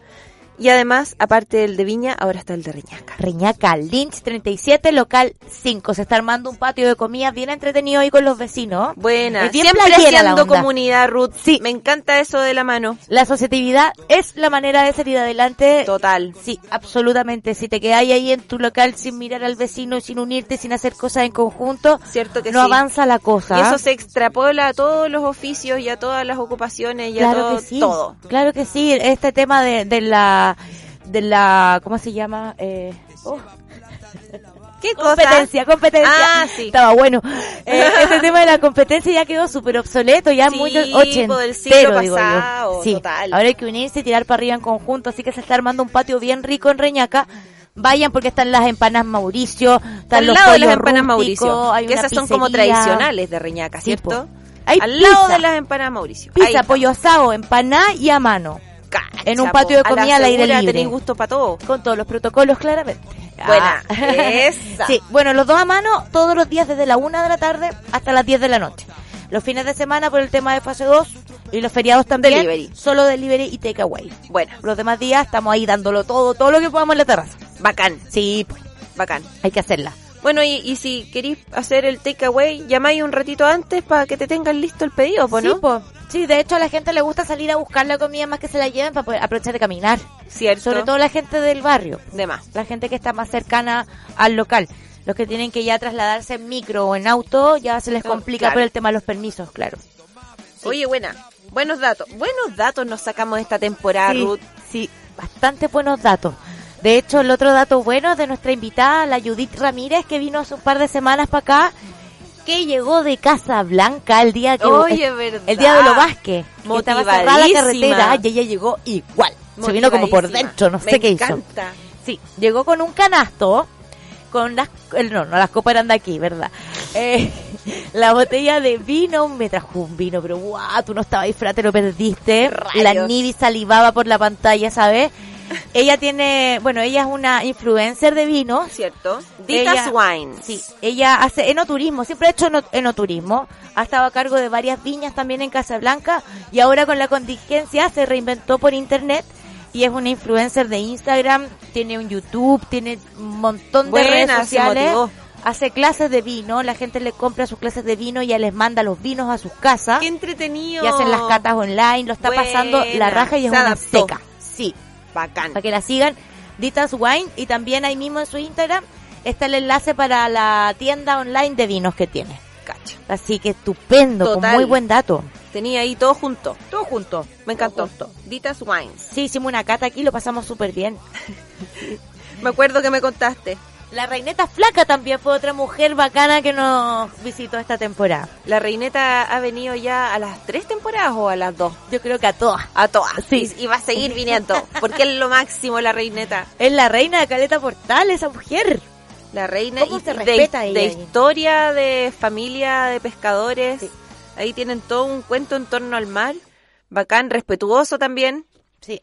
Y además, aparte del de viña, ahora está el de Reñaca.
Reñaca, Lynch 37, local 5. Se está armando un patio de comidas bien entretenido ahí con los vecinos.
Buena,
Es bien
siempre
playera la
haciendo
onda.
comunidad, Ruth.
Sí.
Me encanta eso de la mano.
La asociatividad es la manera de salir
Eh,
adelante.
Total.
Sí, absolutamente. Si te quedáis ahí en tu local sin mirar al vecino, sin unirte, sin hacer cosas en conjunto,
Cierto que sí.
no avanza la cosa.
Y eso se extrapola a todos los oficios y a todas las ocupaciones y a todo. todo.
Claro que sí, este tema de, de la de la ¿cómo se llama? Eh, oh,
¿Qué cosa?
competencia, competencia.
Ah, sí.
Estaba bueno. Eh, este tema de la competencia ya quedó súper obsoleto, ya
Sí,
muy
po,
ochentero,
del siglo
digo yo.
pasado,
Sí,
total.
Ahora hay que unirse y tirar para arriba en conjunto, así que se está armando un patio bien rico en Reñaca. Vayan porque están las empanas Mauricio, están
Al
los
lado de las
pollos
empanas
rústicos,
Mauricio,
hay
que
una
esas son como
pizzería.
tradicionales de Reñaca,
Sí,
¿cierto?
po. Hay
Al lado
pizza.
de las empanadas, Mauricio. Ahí
Pizza,
está.
pollo asado, empaná y a mano.
Cacha,
en un patio de
po. A la
comida al aire
segura
libre.
Tenéis gusto para todo.
Con todos los protocolos, claramente.
Buena.
Ah.
Esa.
Sí, bueno, los dos a mano todos los días desde la 1 de la tarde hasta las 10 de la noche. Los fines de semana por el tema de fase 2 y los feriados también.
Delivery.
Solo delivery y takeaway.
Buena.
Los demás días estamos ahí dándolo todo, todo lo que podamos en la terraza.
Bacán.
Sí, pues,
Bacán.
hay que hacerla.
Bueno, y, y si queréis hacer el takeaway, llamáis un ratito antes para que te tengan listo el pedido, po, Pues, ¿no?
Sí, po. Sí, de hecho a la gente le gusta salir a buscar la comida más que se la lleven para poder aprovechar de caminar.
Cierto.
Sobre todo la gente del barrio.
De más.
la gente que está más cercana al local. Los que tienen que ya trasladarse en micro o en auto, ya se les
Oh,
complica
claro.
por el tema de los permisos, claro.
Oye, buena. Buenos datos. Buenos datos nos sacamos de esta temporada,
sí,
Ruth.
sí, bastante buenos datos. De hecho, el otro dato bueno es de nuestra invitada, la Judith Ramírez, que vino hace un par de semanas para acá, que llegó de Casa Blanca el día que
Oye,
el,
verdad.
el día de los Vázquez. que Estaba cerrada la
Motivadísima.
carretera y ella llegó igual. Se vino como por
Motivadísima.
dentro, no sé
Me
qué hizo.
encanta.
Sí, llegó con un canasto, con las... el- No, no, las copas eran de aquí, ¿verdad? Eh, la botella de vino, me trajo un vino, pero guau, tú no estabas ahí, frate, lo perdiste.
Rayos.
La Nivi salivaba por la pantalla, ¿sabes? Ella tiene, bueno, ella es una influencer de vinos.
¿Cierto? Ditas
Ella-
Wines.
Sí, ella hace enoturismo, siempre ha hecho eno- enoturismo, ha estado a cargo de varias viñas también en Casablanca y ahora con la contingencia se reinventó por internet y es una influencer de Instagram, tiene un YouTube, tiene un montón de
Buena,
redes
se
sociales,
motivó.
hace clases de vino, la gente le compra sus clases de vino y ya les manda los vinos a sus casas
Qué entretenido.
y hacen las catas online, lo está pasando la
Buena,
raja y es
se
una
adaptó.
seca. Sí,
Bacán.
para que la sigan, Ditas Wine, y también ahí mismo en su Instagram está el enlace para la tienda online de vinos que tiene.
Cacha.
Así que estupendo,
Total.
con muy buen dato.
Tenía ahí todo junto. Todo junto. Me encantó. Ditas Wines.
Sí, hicimos una cata aquí, lo pasamos súper bien.
Me acuerdo que me contaste.
La Reineta Flaca también fue otra mujer bacana que nos visitó esta temporada.
La reineta ha venido ya a las tres temporadas o a las dos.
Yo creo que a todas.
A todas.
Sí.
Y, y va a seguir viniendo. Porque es lo máximo la reineta.
Es la reina de Caleta Portal, esa mujer.
La reina
¿Cómo
y de,
se respeta
de
ella ahí?
historia, de familia, de pescadores.
Sí.
Ahí tienen todo un cuento en torno al mar. Bacán, respetuoso también,
Sí.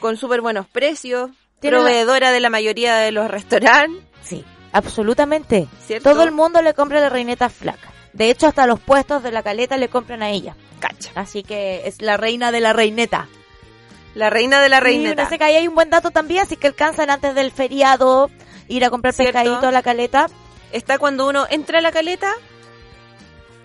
con súper buenos precios.
Tiene la-
Proveedora de la mayoría de los restaurantes.
Sí, absolutamente.
¿Cierto?
Todo el mundo le compra a la Reineta Flaca. De hecho, hasta los puestos de la caleta le compran a ella.
Cacha.
Así que es la reina de la reineta.
La reina de la
Sí,
reineta.
parece que ahí hay un buen dato también, así que alcanzan antes del feriado ir a comprar
¿Cierto?
pescadito a la caleta.
Está cuando uno entra a la caleta,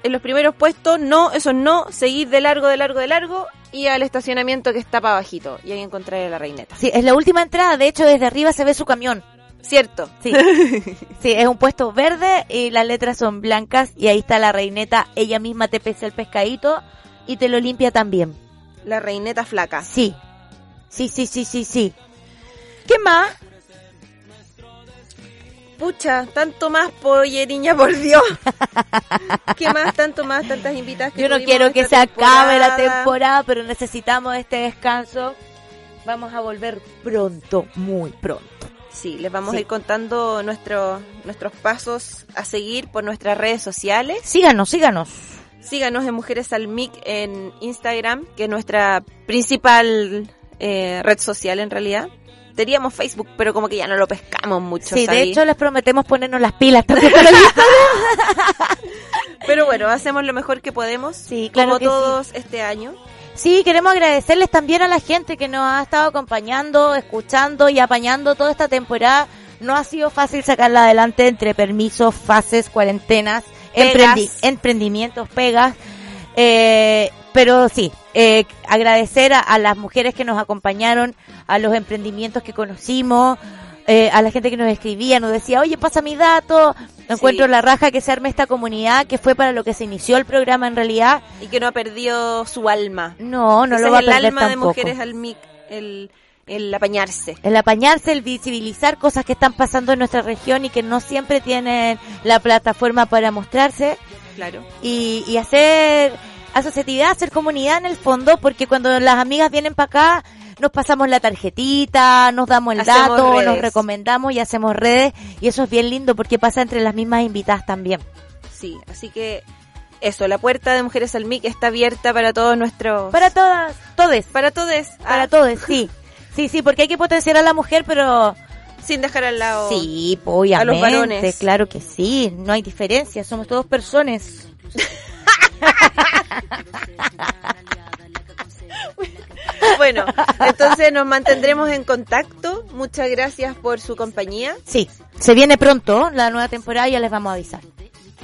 en los primeros puestos, no, eso no, seguir de largo, de largo, de largo, y al estacionamiento que está para bajito. Y ahí encontraré a la reineta.
Sí, es la última entrada, de hecho desde arriba se ve su camión.
¿Cierto?
Sí. sí, es un puesto verde y las letras son blancas y ahí está la reineta, ella misma te pesa el pescadito y te lo limpia también.
La reineta flaca.
Sí. Sí, sí, sí, sí, sí. ¿Qué más?
Pucha, tanto más, polleriña, por Dios. ¿Qué más? Tanto más, tantas invitadas que
Yo no
tuvimos
quiero que
esta
se acabe la temporada, pero necesitamos este descanso. Vamos a volver pronto, muy pronto.
Sí, les vamos
Sí.
a ir contando nuestro, nuestros pasos a seguir por nuestras redes sociales.
Síganos, síganos.
Síganos en Mujeres al Mic en Instagram, que es nuestra principal eh, red social en realidad. Teníamos Facebook, pero como que ya no lo pescamos mucho.
Sí, de
¿sabí?
hecho les prometemos ponernos las pilas también para el Instagram.
Pero bueno, hacemos lo mejor que podemos.
Sí, claro
Como
que sí.
todos este año.
Sí, queremos agradecerles también a la gente que nos ha estado acompañando, escuchando y apañando toda esta temporada. No ha sido fácil sacarla adelante entre permisos, fases, cuarentenas,
Pegas.
emprendi- emprendimientos, pegas. Eh, pero sí, eh, agradecer a, a las mujeres que nos acompañaron, a los emprendimientos que conocimos, eh, a la gente que nos escribía, nos decía, oye, pasa mi dato, encuentro la raja que se arme esta comunidad, que fue para lo que se inició el programa en realidad.
Y que no ha perdido su alma.
No, no
Ese
lo va a
es el
perder
alma de
tampoco.
mujeres al mic, el, el apañarse.
El apañarse, el visibilizar cosas que están pasando en nuestra región y que no siempre tienen la plataforma para mostrarse
Claro.
y, y hacer asociatividad, hacer comunidad en el fondo, porque cuando las amigas vienen para acá nos pasamos la tarjetita, nos damos el
Hacemos
dato,
redes.
nos recomendamos y hacemos redes y eso es bien lindo porque pasa entre las mismas invitadas también.
Sí, así que eso, la puerta de Mujeres al MIC está abierta para todos nuestros...
Para todas, todes,
para todos. Ah,
para todos, sí. Sí, sí, porque hay que potenciar a la mujer, pero
Sin dejar al lado...
sí, po, obviamente,
varones.
claro que sí, no hay diferencia, somos todos personas.
Bueno, entonces nos mantendremos en contacto. Muchas gracias por su compañía.
Sí, se viene pronto la nueva temporada, ya les vamos a avisar.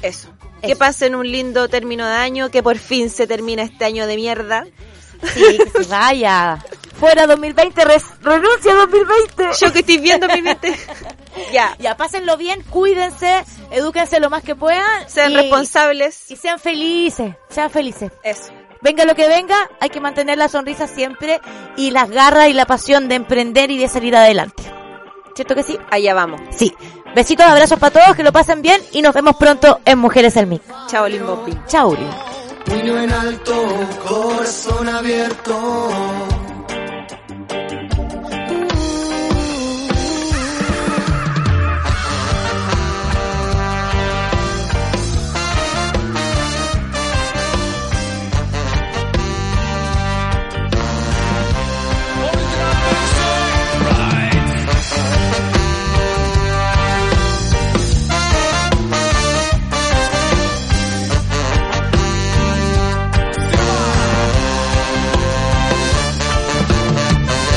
Eso. Que pasen un lindo término de año, que por fin se termina este año de mierda.
Sí, que se vaya. Fuera 2020, res- renuncia 2020.
Yo que estoy viendo mi mente. ya,
Ya, pásenlo bien, cuídense, edúquense lo más que puedan.
sean
y-
responsables.
Y sean felices, sean felices.
Eso.
Venga lo que venga, hay que mantener la sonrisa siempre y las garras y la pasión de emprender y de salir adelante. ¿Cierto que sí?
Allá vamos.
Sí. Besitos, abrazos para todos, que lo pasen bien y nos vemos pronto en Mujeres al Mic.
Chao, Limbo Pin.
Chau. Uri.
Puño en alto, corazón abierto.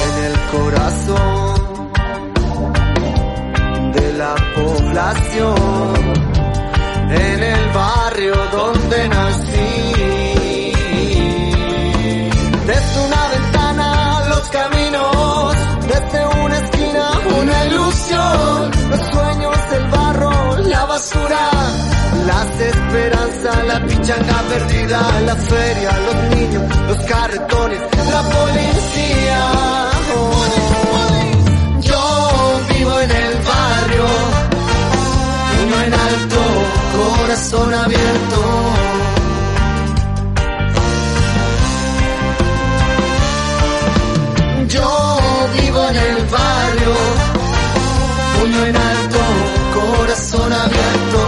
en el corazón de la población, en el barrio donde nací. Desde una ventana los caminos, desde una esquina una ilusión, los sueños, el barro, la basura, las esperanzas, la pichanga perdida, la feria, los niños, los carretones, la policía. Oh. Yo vivo en el barrio, uno en alto, corazón abierto. Yo vivo en el barrio, puño en alto, corazón abierto.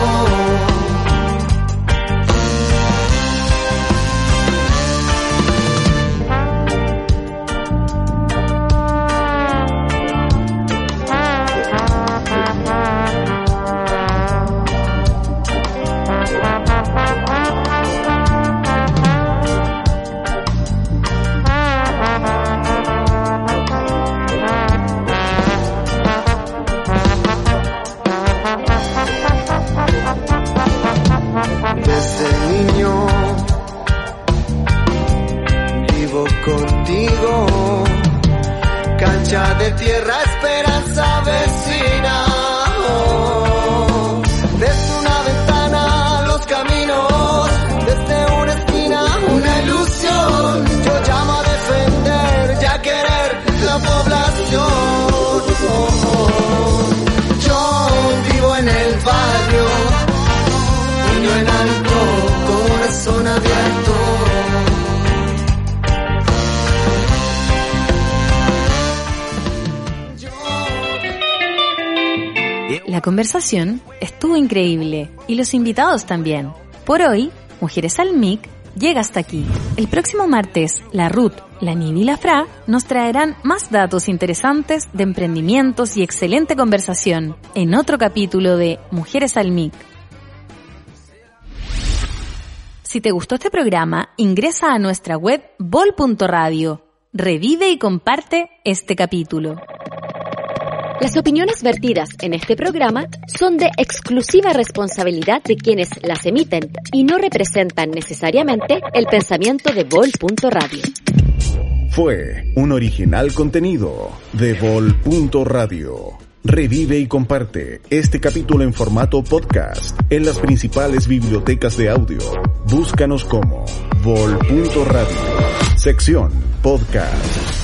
desde niño vivo contigo cancha de tierra esperanza vecina desde una ventana los caminos desde una esquina una ilusión yo llamo a defender y a querer la población yo vivo en el barrio puño en alto, corazón abierto.
La conversación estuvo increíble y los invitados también. Por hoy, Mujeres al MIC llega hasta aquí. El próximo martes, la Ruth, la Nivi y la Fra nos traerán más datos interesantes de emprendimientos y excelente conversación en otro capítulo de Mujeres al MIC. Si te gustó este programa, ingresa a nuestra web bol.radio. Revive y comparte este capítulo.
Las opiniones vertidas en este programa son de exclusiva responsabilidad de quienes las emiten y no representan necesariamente el pensamiento de Vol.radio.
Fue un original contenido de Vol.radio. Revive y comparte este capítulo en formato podcast en las principales bibliotecas de audio. Búscanos como Vol.radio. Sección Podcast.